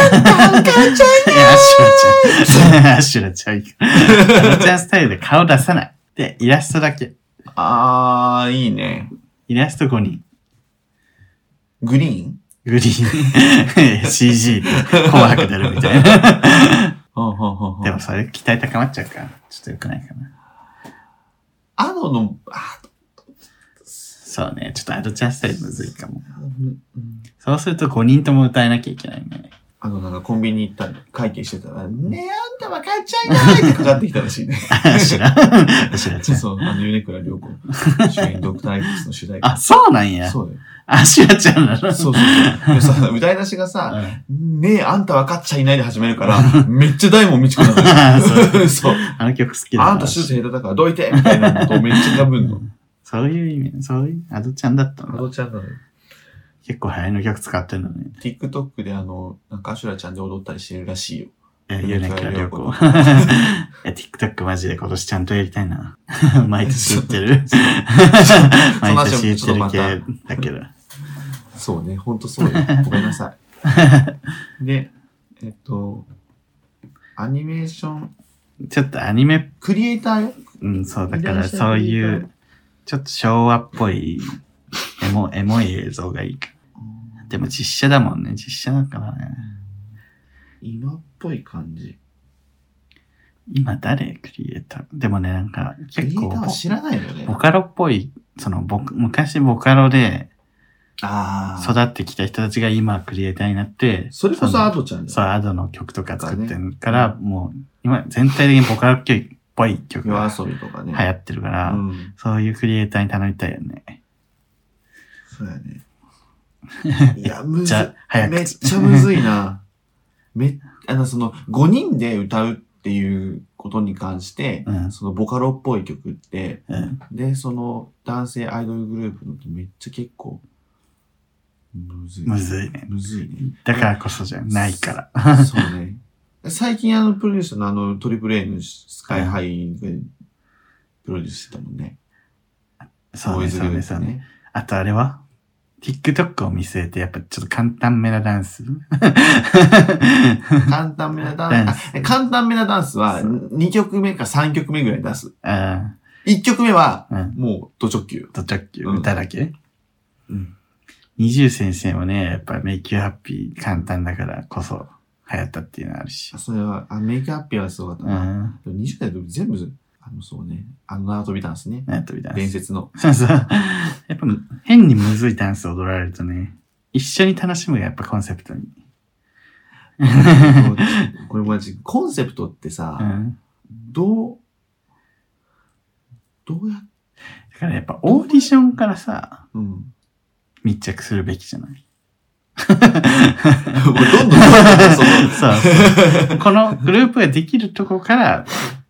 Speaker 1: え、アンちゃんいや、アシュラちゃん。アシュラちゃんいいから。アドちゃんスタイルで顔出さない。で、イラストだけ。
Speaker 2: あー、いいね。
Speaker 1: イラスト5人。
Speaker 2: グリーン
Speaker 1: グリーン、CG で紅白出るみたいな。
Speaker 2: ほうほうほうほう
Speaker 1: でもそれ期待高まっちゃうから、ちょっと良くないかな。
Speaker 2: アドの、あ、
Speaker 1: そうね、ちょっとアドチャンスタイルむずいかも。
Speaker 2: うん
Speaker 1: そうすると5人とも歌えなきゃいけないね。
Speaker 2: あの、なんかコンビニ行ったら会計してたら、ねえ、あんた分かっちゃいないってかかってきた らしいね。
Speaker 1: 知 らん。知らん。
Speaker 2: そう、あの、米倉涼子主演ドクター X の主題歌。
Speaker 1: あ、そうなんや。
Speaker 2: そうだよ。
Speaker 1: あ、シュラちゃんなの。
Speaker 2: そうそうそう。でさ、歌い出しがさ、
Speaker 1: うん
Speaker 2: ねえ、あんた分かっちゃいないで始めるから、めっちゃ大門みちこなのよ。 そう。
Speaker 1: あの曲好きだな。
Speaker 2: あんた手術下手だからどいてみたいなことをめっちゃ被んの。
Speaker 1: そういう意味、そういう、アドちゃんだった
Speaker 2: ア
Speaker 1: の。
Speaker 2: ドちゃんなのよ。
Speaker 1: 結構流行りの曲使ってるのね。
Speaker 2: TikTok であの、なんかアシュラちゃんで踊ったりしてるらしいよ。
Speaker 1: え、ユネクラ旅行。 え、TikTok マジで今年ちゃんとやりたい な。毎年言ってる。毎年
Speaker 2: その
Speaker 1: 言
Speaker 2: 話も
Speaker 1: っ
Speaker 2: ちょっと
Speaker 1: てる系だけど。
Speaker 2: そうね、ほん とそうよ。ごめんなさい。で、えっと、アニメーション、
Speaker 1: ちょっとアニメっ
Speaker 2: クリエイターよ。
Speaker 1: うん、そう、だか
Speaker 2: 依頼
Speaker 1: ら
Speaker 2: したい
Speaker 1: そうい
Speaker 2: クリエイタ
Speaker 1: う、ちょっと昭和っぽい、エモ、エモい映像がいいか。でも実写だもんね、実写だからね。
Speaker 2: 今っぽい感じ。
Speaker 1: 今誰クリエイター。でもね、なんか
Speaker 2: クリエ
Speaker 1: 結
Speaker 2: イタ
Speaker 1: 構
Speaker 2: ーは知らないよね
Speaker 1: ボ、ボ。カロっぽい、その、ボ昔ボカロで
Speaker 2: ああ。
Speaker 1: 育ってきた人たちが今クリエイターになって、
Speaker 2: それこそア
Speaker 1: の
Speaker 2: ドちゃんだ
Speaker 1: そう、
Speaker 2: よ。
Speaker 1: アドの曲とか作ってるか
Speaker 2: と
Speaker 1: ら、
Speaker 2: か
Speaker 1: もう、今全体的にボカロっぽい曲
Speaker 2: 夜
Speaker 1: が
Speaker 2: 遊びとかね。
Speaker 1: 流行ってるから、
Speaker 2: うん。
Speaker 1: そういうクリエイターに頼みたいよね。
Speaker 2: そうやね。いや、む
Speaker 1: じ
Speaker 2: ず
Speaker 1: ゃあ、早
Speaker 2: めっ
Speaker 1: く。
Speaker 2: ちゃむずいな。めっ、あの、その、5人で歌うっていうことに関して、
Speaker 1: うん。
Speaker 2: そのボカロっぽい曲って、
Speaker 1: うん。
Speaker 2: で、その男性アイドルグループのってめっちゃ結構、むずい。
Speaker 1: むずいね。
Speaker 2: むずい ね。
Speaker 1: だからこそじゃないから。
Speaker 2: そうね。最近あのプロデューサーのあのトリプル A のスカイハイがプロデュースしてたもんね。
Speaker 1: そう
Speaker 2: ボー
Speaker 1: ね、
Speaker 2: イズ
Speaker 1: そ
Speaker 2: グ
Speaker 1: うね、
Speaker 2: ループね
Speaker 1: そうね。あとあれは ?TikTok を見据えて、やっぱちょっと簡単めなダンス。
Speaker 2: 簡単めなダ
Speaker 1: ダ
Speaker 2: ン
Speaker 1: ン
Speaker 2: ス
Speaker 1: ス。
Speaker 2: あ簡単めなダンスは
Speaker 1: そ
Speaker 2: 2曲目か3曲目ぐらいに出す。
Speaker 1: うん。
Speaker 2: 1曲目は
Speaker 1: うん。
Speaker 2: もうド直球。
Speaker 1: と直球、
Speaker 2: うん
Speaker 1: 歌だけ
Speaker 2: うん。
Speaker 1: 二重先生もね、やっぱ迷宮ハッピー簡単だからこそ流行ったっていうのあるし
Speaker 2: あ。それは、あメイクアップはすごかった
Speaker 1: う
Speaker 2: な。
Speaker 1: ん。
Speaker 2: でも20代の時全部、あのそうね、あの縄跳びダンスね。
Speaker 1: なんとみたいな。
Speaker 2: 伝説 の。
Speaker 1: そうそう。やっぱ変にむずいダンス踊られるとね、一緒に楽しむがやっぱコンセプトに。
Speaker 2: これマジ、コンセプトってさ、
Speaker 1: うん。
Speaker 2: どう、どうやっ、
Speaker 1: だからやっぱオーディションからさ、
Speaker 2: うん。
Speaker 1: 密着するべきじゃない
Speaker 2: もうどんどんどんどん その、
Speaker 1: そう そうこのグループができるとこから、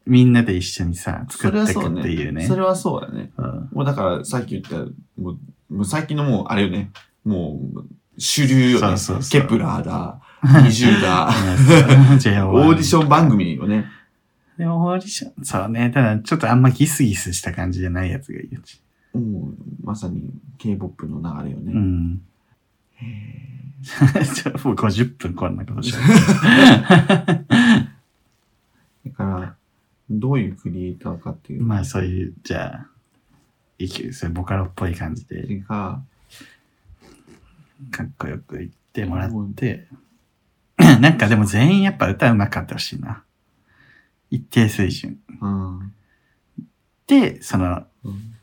Speaker 1: みんなで一緒にさ、作っていくっていうね。
Speaker 2: それはそうだね。
Speaker 1: うん
Speaker 2: もうだから、さっき言った、もう、もう最近のもう、あれよね。もう、主流よね。
Speaker 1: そうそうそう
Speaker 2: ケプラーだ、二重 だ、 オーディシ
Speaker 1: ョン。
Speaker 2: ョン番組よね。
Speaker 1: でもオーディション、そうね。ただ、ちょっとあんまギスギスした感じじゃないやつがいいよ。
Speaker 2: もう、まさに K-POP の流れよね。
Speaker 1: うん。 ちょもう50分こんなことしよ。
Speaker 2: だから、どういうクリエイターかっていうう。
Speaker 1: まあ、そういう、じゃあ、いきそういうボカロっぽい感じで、
Speaker 2: が、
Speaker 1: かっこよく言ってもらって、 なんかでも全員やっぱ歌うまかったほしいな。一定水準。
Speaker 2: うん。
Speaker 1: で、その、
Speaker 2: うん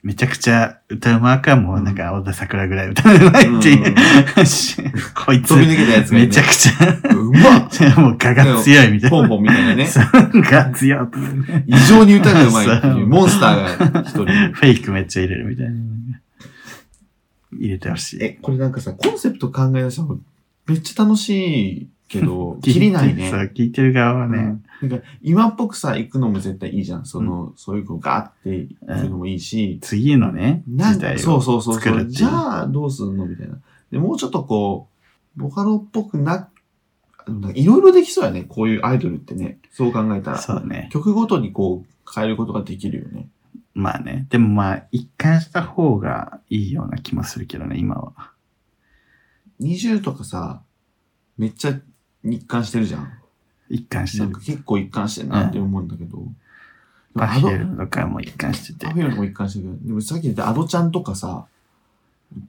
Speaker 1: めちゃくちゃ歌うまくはもうなんか、小田桜ぐらい歌うまいっていう。 こ いつ
Speaker 2: 飛、び抜けたやつがい
Speaker 1: め
Speaker 2: いね
Speaker 1: ちゃくちゃ、
Speaker 2: うまっ
Speaker 1: もうガが強いみたい
Speaker 2: ポン
Speaker 1: な。
Speaker 2: ポンみたいな ね。
Speaker 1: そうガ強い。
Speaker 2: 異常に歌がうまいっていうモンスターが一人いる。
Speaker 1: フェイクめっちゃ入れるみたいな。入れてほしい。
Speaker 2: え、これなんかさ、コンセプト考え出したらめっちゃ楽しいけど、 切りない
Speaker 1: そう、
Speaker 2: ね。
Speaker 1: 聞いてる側は
Speaker 2: う
Speaker 1: ね。
Speaker 2: んなんか今っぽくさ、行くのも絶対いいじゃん。その、そういうこうガーって行くのもいいし、
Speaker 1: 次のね、
Speaker 2: なん
Speaker 1: 時代
Speaker 2: か、
Speaker 1: を。
Speaker 2: そうそうそう
Speaker 1: 作
Speaker 2: そ
Speaker 1: るっ
Speaker 2: う。
Speaker 1: ていう
Speaker 2: じゃあ、どうすんのみたいな。で、もうちょっとこう、ボカロっぽくな、いろいろできそうやね。こういうアイドルってね。そう考えたら。
Speaker 1: そうね。
Speaker 2: 曲ごとにこう、変えることができるよね。
Speaker 1: まあね。でもまあ、一貫した方がいいような気もするけどね、今は。
Speaker 2: 20とかさ、めっちゃ一貫してるじゃん。
Speaker 1: 一貫して
Speaker 2: なん
Speaker 1: る
Speaker 2: か。結構一貫してるなって思うんだけど。でも
Speaker 1: パ
Speaker 2: ア
Speaker 1: フ
Speaker 2: ド
Speaker 1: ェルとかも一貫してて
Speaker 2: パ。フェルも一貫してるけど、でもさっき言ったアドちゃんとかさ、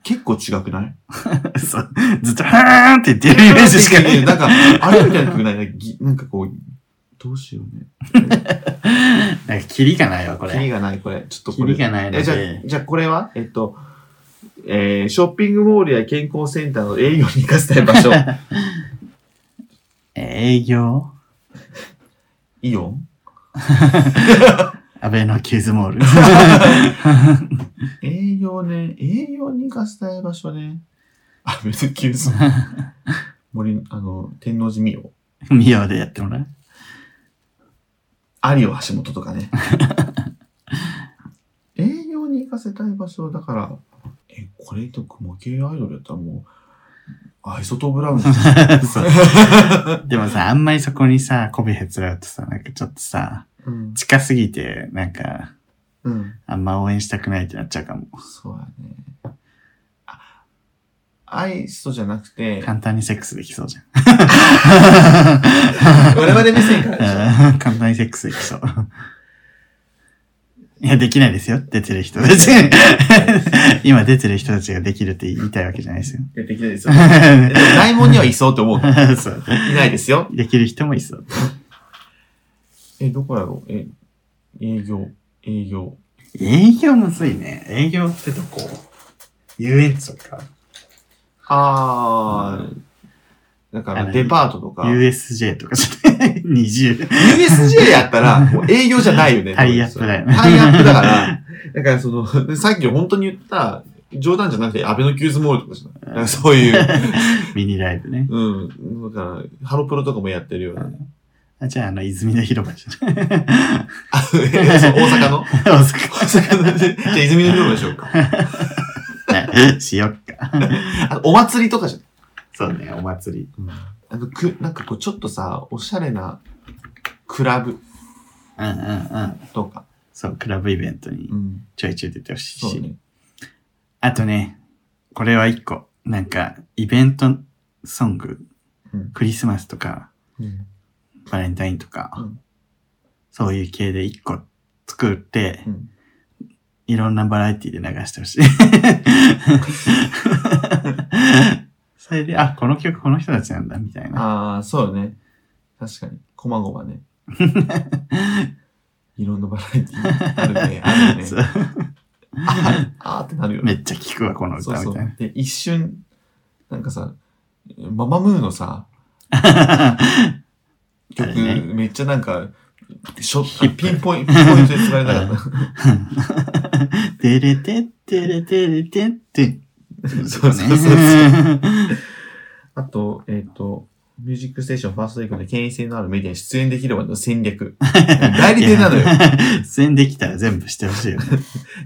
Speaker 2: 結構違くない
Speaker 1: そう。ずっと、はーんって言ってるイメージし かない。
Speaker 2: なんか、あれみたいな 曲ないぎなんかこう、どうしようね。
Speaker 1: なんか、キリがないわ、こ
Speaker 2: キリ
Speaker 1: れ。
Speaker 2: がない、これ。ちょっとこ
Speaker 1: キ
Speaker 2: れ。
Speaker 1: リがないの
Speaker 2: え、じゃあ
Speaker 1: で、、
Speaker 2: じゃあこれはえっと、えー、ショッピングモールや健康センターの営業に行かせたい場 所。
Speaker 1: えー営業、
Speaker 2: イオン
Speaker 1: アベノキューズモー ル。
Speaker 2: 営業ね、営業に行かせたい場所ね。あ、別に急 須。森、あの、天王寺美容。
Speaker 1: ミオでやってもらう。
Speaker 2: アリオ橋本とかね。 営業に行かせたい場所だから、え、これと模型アイドルやったらもう、アイソトーブラウン
Speaker 1: そうでもさ、あんまりそこにさ、媚びへつらうとさ、なんかちょっとさ、
Speaker 2: うん。
Speaker 1: 近すぎて、なんか、
Speaker 2: うん。
Speaker 1: あんま応援したくないってなっちゃうかも。
Speaker 2: そうやね。あアイソじゃなくて、
Speaker 1: 簡単にセックスできそうじゃん。
Speaker 2: 我々目線からでしょ。
Speaker 1: うん簡単にセックスできそう。いや、できないですよ。出てる人たち。今出てる人たちができるって言いたいわけじゃないですよ。
Speaker 2: いやできないですよ。でも内門にはいそうと思う。
Speaker 1: そう
Speaker 2: いないですよ。
Speaker 1: できる人もいそう。
Speaker 2: え、どこやろうえ、営業、営業。
Speaker 1: 営業むずいね。営業ってどこ遊園地とか
Speaker 2: あー、だからデパートとか。
Speaker 1: ?USJ とかじゃない ?20。
Speaker 2: USJ やったら、もう営業じゃないよね。
Speaker 1: タイアップだよね
Speaker 2: タイアップだから、だからその、さっき本当に言った、冗談じゃなくて、アベノキューズモールとかじゃない。なんかそういう、
Speaker 1: ミニライブね。
Speaker 2: うん。だから、ハロプロとかもやってるような。
Speaker 1: あじゃあ、あの、泉の広場じゃない
Speaker 2: あ、そう大 阪の
Speaker 1: 大阪
Speaker 2: 大阪の、じゃあ泉の広場でしょうか。
Speaker 1: ねしよっか。
Speaker 2: あお祭りとかじゃ
Speaker 1: そうね、お祭り。
Speaker 2: ん。あの、く、なんかこう、ちょっとさ、おしゃれな、クラブ
Speaker 1: うんうんうん。
Speaker 2: とか。
Speaker 1: そう、クラブイベントに
Speaker 2: うん。
Speaker 1: ちょいちょい出てほしい
Speaker 2: そう
Speaker 1: し。
Speaker 2: ね。
Speaker 1: あとね、これは一個。なんか、イベントソング、
Speaker 2: うん
Speaker 1: クリスマスとか、
Speaker 2: うん。
Speaker 1: バレンタインとか、
Speaker 2: うん
Speaker 1: そういう系で一個作って、
Speaker 2: うん
Speaker 1: いろんなバラエティで流してほ しい。それで、あ、この曲この人たちなんだ、みたいな。
Speaker 2: ああ、そうよね。確かに。こまごま ね。いろんなバラエティーあるね。あるね。
Speaker 1: そう
Speaker 2: ああーってなるよ
Speaker 1: め
Speaker 2: ね。
Speaker 1: っちゃ聞くわ、この歌、
Speaker 2: そ
Speaker 1: み
Speaker 2: う
Speaker 1: たい
Speaker 2: そ
Speaker 1: な。
Speaker 2: う。で、一瞬、なんかさ、ママムーのさ、曲、
Speaker 1: あれね
Speaker 2: めっちゃなんか、しょ
Speaker 1: ヒップ
Speaker 2: ピンポイント、ピンポイントで繋がれなかっ
Speaker 1: テレテテレテレテって。
Speaker 2: た。そうそうそうそう。あと、えっ、と、ミュージックステーションファーストエイクの権威性のあるメディアに出演できればの戦略。代理店なのよ。
Speaker 1: よ。出演できたら全部してほしいよね。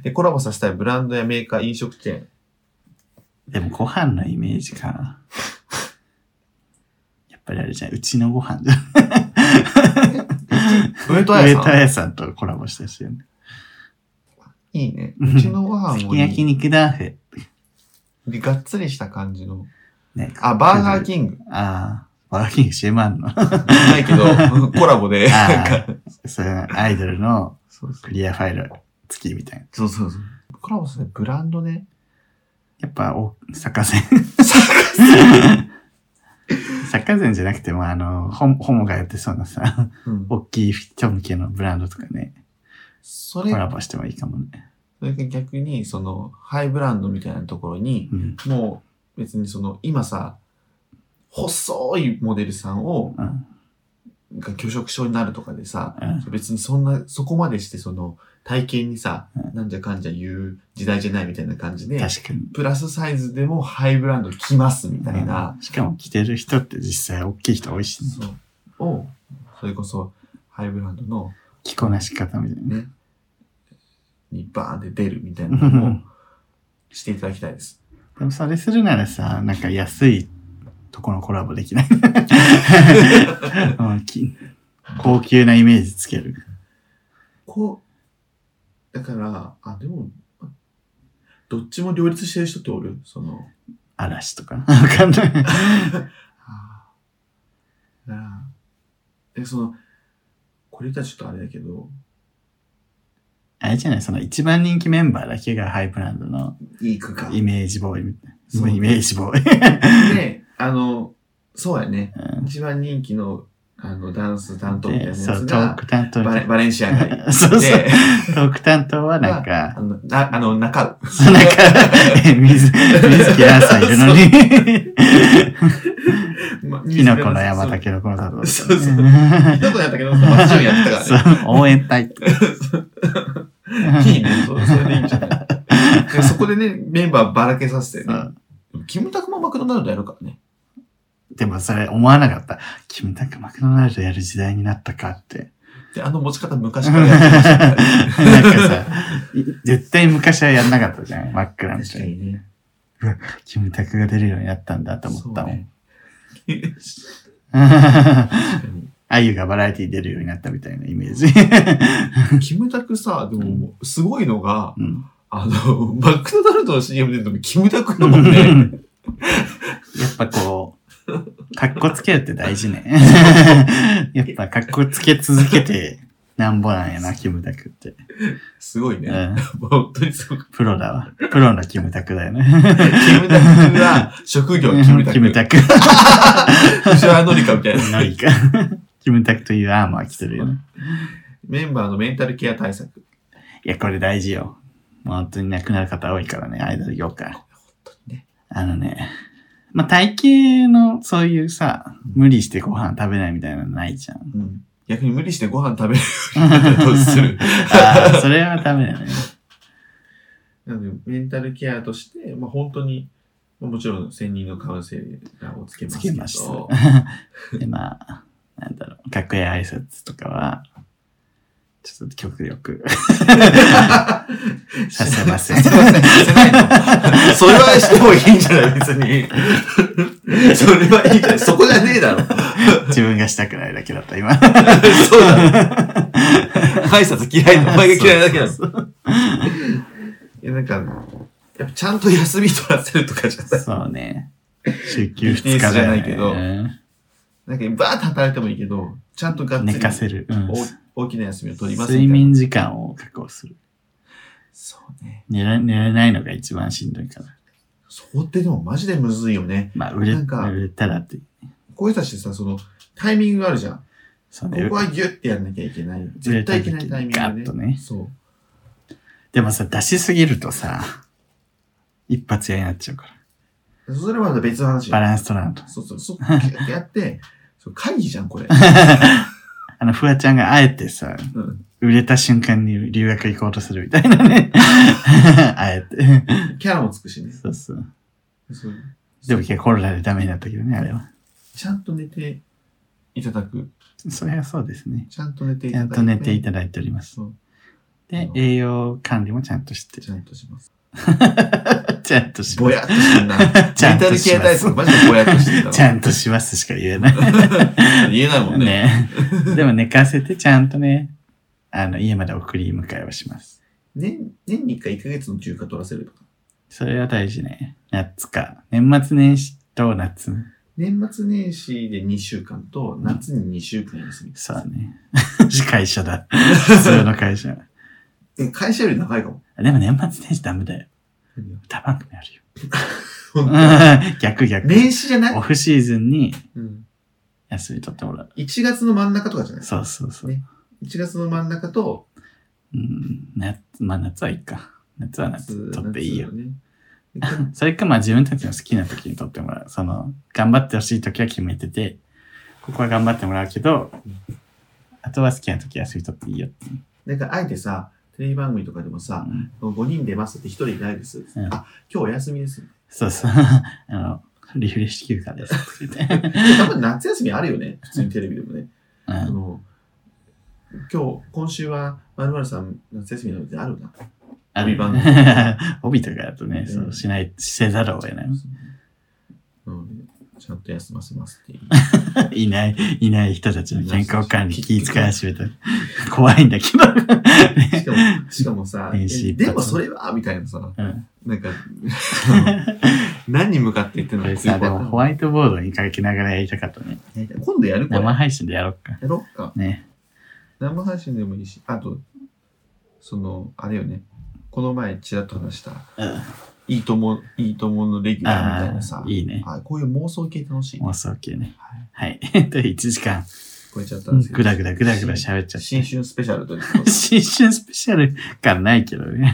Speaker 2: で、コラボさせたいブランドやメーカー、飲食店。
Speaker 1: でもご飯のイメージか。やっぱりあれじゃん。うちのご飯じゃん。
Speaker 2: 上戸
Speaker 1: 上
Speaker 2: 彩
Speaker 1: 田
Speaker 2: さん。
Speaker 1: 屋さんとコラボしたしいよね。
Speaker 2: いいね。うちのご
Speaker 1: す
Speaker 2: 飯も
Speaker 1: き
Speaker 2: い
Speaker 1: 焼き
Speaker 2: い。
Speaker 1: 肉だへ。
Speaker 2: でがっつりした感じの。
Speaker 1: ね。
Speaker 2: あ、バーガーキング。
Speaker 1: ああ。バーガーキング CM あんの
Speaker 2: ないけど、 コラボで。なんか
Speaker 1: ああ。それアイドルの
Speaker 2: そうそ
Speaker 1: クリアファイル付きみたいな。
Speaker 2: うそうそう。コラボするブランドね。
Speaker 1: やっぱ、お、作家戦。作家戦じゃなくても、あの、ホモホモがやってそうなさ、
Speaker 2: うん、
Speaker 1: 大きい人向けのブランドとかね、
Speaker 2: そ
Speaker 1: コ
Speaker 2: れ、
Speaker 1: ラボしてもいいかもね。
Speaker 2: それが逆に、その、ハイブランドみたいなところに、
Speaker 1: うん。
Speaker 2: もう別にその、今さ、細いモデルさんを、
Speaker 1: うん。
Speaker 2: が拒食症になるとかでさ、
Speaker 1: うん
Speaker 2: 別にそんな、そこまでしてその、体験にさ、
Speaker 1: うん
Speaker 2: なんじゃかんじゃ言う時代じゃないみたいな感じで、
Speaker 1: 確かに。
Speaker 2: プラスサイズでもハイブランド来ますみたいな、
Speaker 1: うんしかも着てる人って実際大きい人多いしね、
Speaker 2: そう、を、それこそ、ハイブランドの、
Speaker 1: 着こなし方みたいなね。
Speaker 2: ね、にバーンって出るみたいなのをしていただきたいです。
Speaker 1: でもそれするならさ、なんか安いとこのコラボでき ない。うんき高級なイメージつける。
Speaker 2: こう、だから、あ、でも、どっちも両立してる人っておるその、
Speaker 1: 嵐とか。わかんない。
Speaker 2: ああ。だから、え、その、これ言ったらちょっとあれだけど、
Speaker 1: あれじゃないその一番人気メンバーだけがハイブランドの
Speaker 2: いい区間
Speaker 1: イメージボーイみたいな。
Speaker 2: そう
Speaker 1: もうイメージボーイ。
Speaker 2: で、あの、そうやね。
Speaker 1: うん
Speaker 2: 一番人気の、あの、ダンス担当みたいな
Speaker 1: で、
Speaker 2: やつ
Speaker 1: そう、トー
Speaker 2: が、
Speaker 1: ク担当み
Speaker 2: バ
Speaker 1: た
Speaker 2: レ
Speaker 1: い
Speaker 2: バレンシアがい
Speaker 1: な。 そうそう。
Speaker 2: で、
Speaker 1: トーク担当はなん
Speaker 2: あ
Speaker 1: か、
Speaker 2: の、なあの 中、
Speaker 1: そのなんか、水、水木蘭さんいるのに、
Speaker 2: ま
Speaker 1: キノコの山、タケノコの里。
Speaker 2: そうそう
Speaker 1: ね
Speaker 2: キノコやったけど、マッチョンやってたか
Speaker 1: そ
Speaker 2: らね。
Speaker 1: う、応援隊。
Speaker 2: いいね、そそれでいいんじ ゃないでそこでね、メンバーばらけさせて
Speaker 1: そ
Speaker 2: ね
Speaker 1: う。
Speaker 2: キムタクもマクドナルドやるからね。
Speaker 1: でもそれ思わなかった。キムタクマクドナルドやる時代になったかって。
Speaker 2: で、あの持ち方昔からやってました
Speaker 1: なん
Speaker 2: からね。
Speaker 1: かさ、い絶対昔はやんなかったじゃん、マックラン
Speaker 2: 確か
Speaker 1: チ。
Speaker 2: にね。
Speaker 1: キムタクが出るようになったんだと思ったもん。
Speaker 2: そうね確かに
Speaker 1: あゆがバラエティ出るようになったみたいなイメー ジ。
Speaker 2: キムタクさ、でもも、うすごいのが、
Speaker 1: うん
Speaker 2: あの、マクドナルドの CM 出てもキムタクだもんね。
Speaker 1: やっぱこう、かっこつけるって大事 ね。やっぱかっこつけ続けてなんぼなんや な、キムタクって。
Speaker 2: すごいうね。
Speaker 1: ん、
Speaker 2: 本当にすごく。
Speaker 1: プロだわ。プロのキムタクだよね。
Speaker 2: キムタクが、職業キムタク。
Speaker 1: キムタク。
Speaker 2: 藤原紀香みたいな。
Speaker 1: ノリか。キムタクというアーマー着てるよね。
Speaker 2: メンバーのメンタルケア対策。
Speaker 1: いや、これ大事よ。もう本当に亡くなる方多いからね、アイドル業界。
Speaker 2: ね
Speaker 1: あのね、まあ、体型のそういうさ、無理してご飯食べないみたいなのないじゃん。
Speaker 2: うん逆に無理してご飯食べる どう する
Speaker 1: ああ、それはダメだね。
Speaker 2: なので、メンタルケアとして、まあ本当に、もちろん、専任のカウンセラーをつけます
Speaker 1: つ
Speaker 2: け
Speaker 1: け
Speaker 2: ど。
Speaker 1: ました。 で、まあ、なんだろう、楽屋挨拶とかは、ちょっと極力させません。
Speaker 2: させません。させないの。それはしてもいいんじゃない別 に。それはいいじゃない。そこじゃねえだろ。
Speaker 1: 自分がしたくないだけだった、今。
Speaker 2: そうだ。挨拶嫌いなお前が嫌いなだけだろ。
Speaker 1: そう
Speaker 2: いや、なんか、やっぱちゃんと休み取らせるとかじゃない。
Speaker 1: そうね。週休2
Speaker 2: BTS
Speaker 1: 日
Speaker 2: じ
Speaker 1: じ
Speaker 2: ゃ
Speaker 1: ゃ
Speaker 2: な
Speaker 1: ないい
Speaker 2: け
Speaker 1: け
Speaker 2: ど
Speaker 1: ど、うん
Speaker 2: なんか、バーって働いてもいいけど、ちゃんとがっつり
Speaker 1: 寝かせる。うん
Speaker 2: お大きな休みを取りますみたい
Speaker 1: 睡
Speaker 2: な。
Speaker 1: 眠時間を確保する。
Speaker 2: そうね。
Speaker 1: 寝ら寝れないのが一番しんどいから。
Speaker 2: そこってでもマジでむずいよね。
Speaker 1: まあ、売れ
Speaker 2: なんか
Speaker 1: 売れたらって。
Speaker 2: こういう人たちってさ、その、タイミングがあるじゃん。
Speaker 1: そう
Speaker 2: こ
Speaker 1: ね
Speaker 2: こ。はギュッてやんなきゃいけない。
Speaker 1: 売
Speaker 2: 絶
Speaker 1: れた
Speaker 2: 対いけない
Speaker 1: 時
Speaker 2: タイミ
Speaker 1: に
Speaker 2: ング
Speaker 1: ガ
Speaker 2: が
Speaker 1: ッ
Speaker 2: ね
Speaker 1: と。ね。
Speaker 2: そう。
Speaker 1: でもさ、出しすぎるとさ、一発屋になっちゃうから。
Speaker 2: それはまた別の話。
Speaker 1: バランス取らんと。
Speaker 2: そうそう、そう、ギュッてやって、そう会議じゃん、これ。
Speaker 1: あの、フワちゃんがあえてさ、
Speaker 2: うん
Speaker 1: 売れた瞬間に留学行こうとするみたいなね。 あえて。
Speaker 2: キャラもつくしね。
Speaker 1: そうそう。
Speaker 2: そう
Speaker 1: でも結構コロナでダメになったけどね、あれは。
Speaker 2: ちゃんと寝ていただく。
Speaker 1: それはそうですね。
Speaker 2: ちゃんと寝てい
Speaker 1: ち
Speaker 2: ただ
Speaker 1: ゃ
Speaker 2: い
Speaker 1: ん
Speaker 2: て。
Speaker 1: と寝ていただいております。
Speaker 2: そう。
Speaker 1: で、栄養管理もちゃんとして。
Speaker 2: ちゃんと します。
Speaker 1: ちゃんとし
Speaker 2: ぼ
Speaker 1: ま
Speaker 2: やっとしてんな。メン
Speaker 1: ちゃん
Speaker 2: タ
Speaker 1: と
Speaker 2: ル
Speaker 1: し
Speaker 2: 系
Speaker 1: ま
Speaker 2: 体
Speaker 1: す
Speaker 2: 操、マジでぼやっとしてんだ
Speaker 1: す。ちゃんとしますしか言えない。
Speaker 2: な。言えないもん ね。
Speaker 1: ね。でも寝かせてちゃんとね、あの、家まで送り迎えをします。
Speaker 2: 年、年に1回1ヶ月の休暇取らせるとか。
Speaker 1: それは大事ね。夏か。年末年始と夏。
Speaker 2: 年末年始で2週間と、夏に2週間休み。
Speaker 1: そうね。 会社だ。普 通の会社。
Speaker 2: え、会社より長いかも。
Speaker 1: でも年末年始ダメだよ。歌番組あるよ。 逆逆。
Speaker 2: 年始じゃない
Speaker 1: オフシーズンに
Speaker 2: うん。
Speaker 1: 休み取ってもらう。
Speaker 2: 1月の真ん中とかじゃない
Speaker 1: そうそうそう。
Speaker 2: ね1月の真ん中と、
Speaker 1: うん。夏、まあ夏はいいか。夏は夏取っていいよ。
Speaker 2: 夏だね。
Speaker 1: それかまあ自分たちの好きな時に取ってもらう。その、頑張ってほしい時は決めてて、ここは頑張ってもらうけど、あとは好きな時は休み取っていいよっていう。
Speaker 2: なんか、あえてさ、テレビ番組とかでも
Speaker 1: う
Speaker 2: さ、
Speaker 1: ん
Speaker 2: 5人出ますって1人いないです。
Speaker 1: うん
Speaker 2: あ、今日お休みです。
Speaker 1: そうそう。 あの、リフレッシュ休暇です。
Speaker 2: 多分夏休みあるよね。普通にテレビでもね。
Speaker 1: う
Speaker 2: あ
Speaker 1: ん
Speaker 2: の、今日、今週は、まるさん、夏休みなのであるな。帯番組
Speaker 1: 帯とかだとね、そうしない、せざるを 得ない。
Speaker 2: なので、ちゃんと休ませますっていう。
Speaker 1: いない、いない人たちの健康管理気遣い始め た。怖いんだけど。
Speaker 2: しか も、しかもさ、
Speaker 1: 年始
Speaker 2: え
Speaker 1: 一発
Speaker 2: でもそれは、みたいなさ、
Speaker 1: うん
Speaker 2: な んか、何に向かって言ってんの
Speaker 1: これ
Speaker 2: かよくわ
Speaker 1: さ、
Speaker 2: か
Speaker 1: で
Speaker 2: ん
Speaker 1: も
Speaker 2: ない
Speaker 1: ホワイトボードに書きながらやりたかったね。
Speaker 2: 今度やるこれ。
Speaker 1: 生
Speaker 2: や
Speaker 1: 配信でやろうか。
Speaker 2: ろっか。
Speaker 1: ね。
Speaker 2: 生配信でもいいし、あと、その、あれよね。この前、ちらっと話した、
Speaker 1: うん
Speaker 2: いいとも、いいとものレギュラーみたい
Speaker 1: あ
Speaker 2: なさ
Speaker 1: あ、、いいね。
Speaker 2: あこういう妄想系楽しいね。
Speaker 1: 妄想系ね。
Speaker 2: はい
Speaker 1: はい。 で、1時間、
Speaker 2: 超えちゃったんですけど。
Speaker 1: ぐだぐだぐだぐだ喋っちゃっ
Speaker 2: 新
Speaker 1: て。
Speaker 2: 春スペシャルということで
Speaker 1: 新春スペシャル感ないけどね。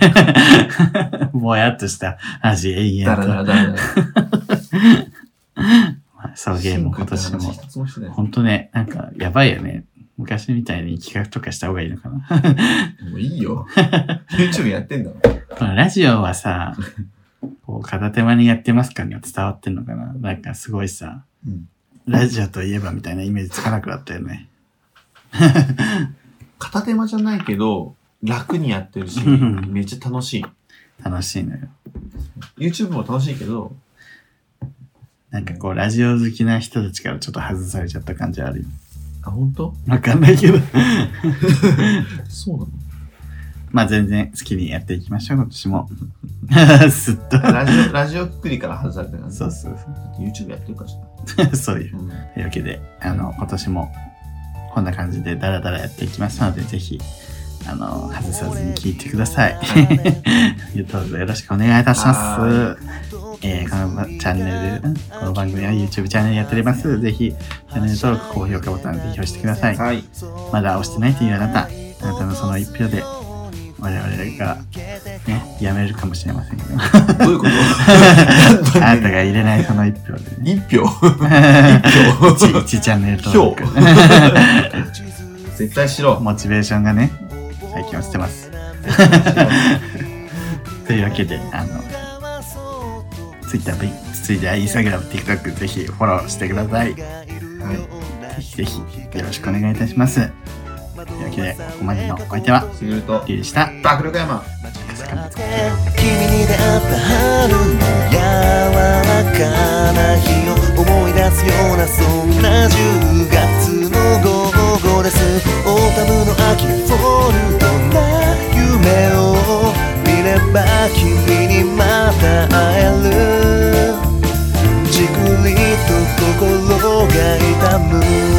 Speaker 1: ぼやっとした味永
Speaker 2: だ
Speaker 1: 遠
Speaker 2: ら
Speaker 1: と。
Speaker 2: だらだらだら。
Speaker 1: まあ送迎も今年
Speaker 2: 新
Speaker 1: も
Speaker 2: 規って話一つもしてない。
Speaker 1: 本当ね、なんかやばいよね。昔みたいに企画とかした方がいいのかな。
Speaker 2: もういいよ。YouTube やってんだろ。
Speaker 1: このラジオは さ、こう片手間にやってますかには伝わってんのかな。なんかすごいさ、
Speaker 2: うん
Speaker 1: ラジオといえばみたいなイメージつかなくなったよね。
Speaker 2: 片手間じゃないけど、楽にやってるし、
Speaker 1: うん
Speaker 2: めっちゃ楽しい。
Speaker 1: 楽しいのよ。
Speaker 2: YouTube も楽しいけど、
Speaker 1: なんかこう、ラジオ好きな人たちからちょっと外されちゃった感じあるよ。
Speaker 2: あ、本当？
Speaker 1: わかんないけど。
Speaker 2: そうなの
Speaker 1: まあ全然好きにやっていきましょう、今年も。 すっと。
Speaker 2: ラジオ、ラジオくくりから外されたから、ね、
Speaker 1: そうそうそ
Speaker 2: だって YouTube やってるからさ。
Speaker 1: う。 そういう。
Speaker 2: うん
Speaker 1: というわけで、あの、今年もこんな感じでダラダラやっていきますので、ぜひ、あの、外さずに聞いてください。 どうぞよろしくお願いいたしま
Speaker 2: は
Speaker 1: す。えーこのチャンネル、この番組は YouTube チャンネルやっております。ぜひ、チャンネル登録、高評価ボタン、ぜひ押してください。
Speaker 2: はい。
Speaker 1: まだ押してないというあなた、あなたのその一票で、我々が、ね、やめるかもしれませんけど、 あ
Speaker 2: どういうこと
Speaker 1: なたが入れないその一票でね。
Speaker 2: 一 票
Speaker 1: 1, チャンネル登録。
Speaker 2: 絶対しろ。
Speaker 1: モチベーションがね、最近落ちて ます。というわけで、あの、 Twitter、Twitter、Instagram、TikTok、ぜひフォローしてください。ぜ
Speaker 3: はい。
Speaker 1: ひ
Speaker 3: ぜ
Speaker 1: ぜ
Speaker 3: ひ
Speaker 1: ひ
Speaker 3: よ
Speaker 1: よ
Speaker 3: ろ
Speaker 1: ろ
Speaker 3: し
Speaker 1: し
Speaker 3: く
Speaker 1: く
Speaker 3: お
Speaker 1: お
Speaker 3: 願
Speaker 1: 願
Speaker 3: い
Speaker 1: い
Speaker 3: い
Speaker 1: い
Speaker 3: た
Speaker 1: た
Speaker 3: し
Speaker 1: し
Speaker 3: ま。
Speaker 1: ます
Speaker 3: と
Speaker 1: す。
Speaker 3: い
Speaker 1: という
Speaker 3: うわけ
Speaker 1: わ
Speaker 3: で
Speaker 1: けで、こ
Speaker 3: ここ
Speaker 1: こ
Speaker 3: ま
Speaker 1: ま
Speaker 3: で
Speaker 1: で
Speaker 3: の
Speaker 1: の
Speaker 3: お
Speaker 1: お
Speaker 3: 相
Speaker 1: 相
Speaker 3: 手
Speaker 1: 手
Speaker 3: は
Speaker 1: は、
Speaker 2: すぐると
Speaker 1: リュウでした。
Speaker 2: 爆力山
Speaker 1: 確かに
Speaker 3: 君に出会った春の柔らかな日を思い出すようなそんな10月の午後ですオータムの秋フォルトな夢を見れば君にまた会えるじくりと心が痛む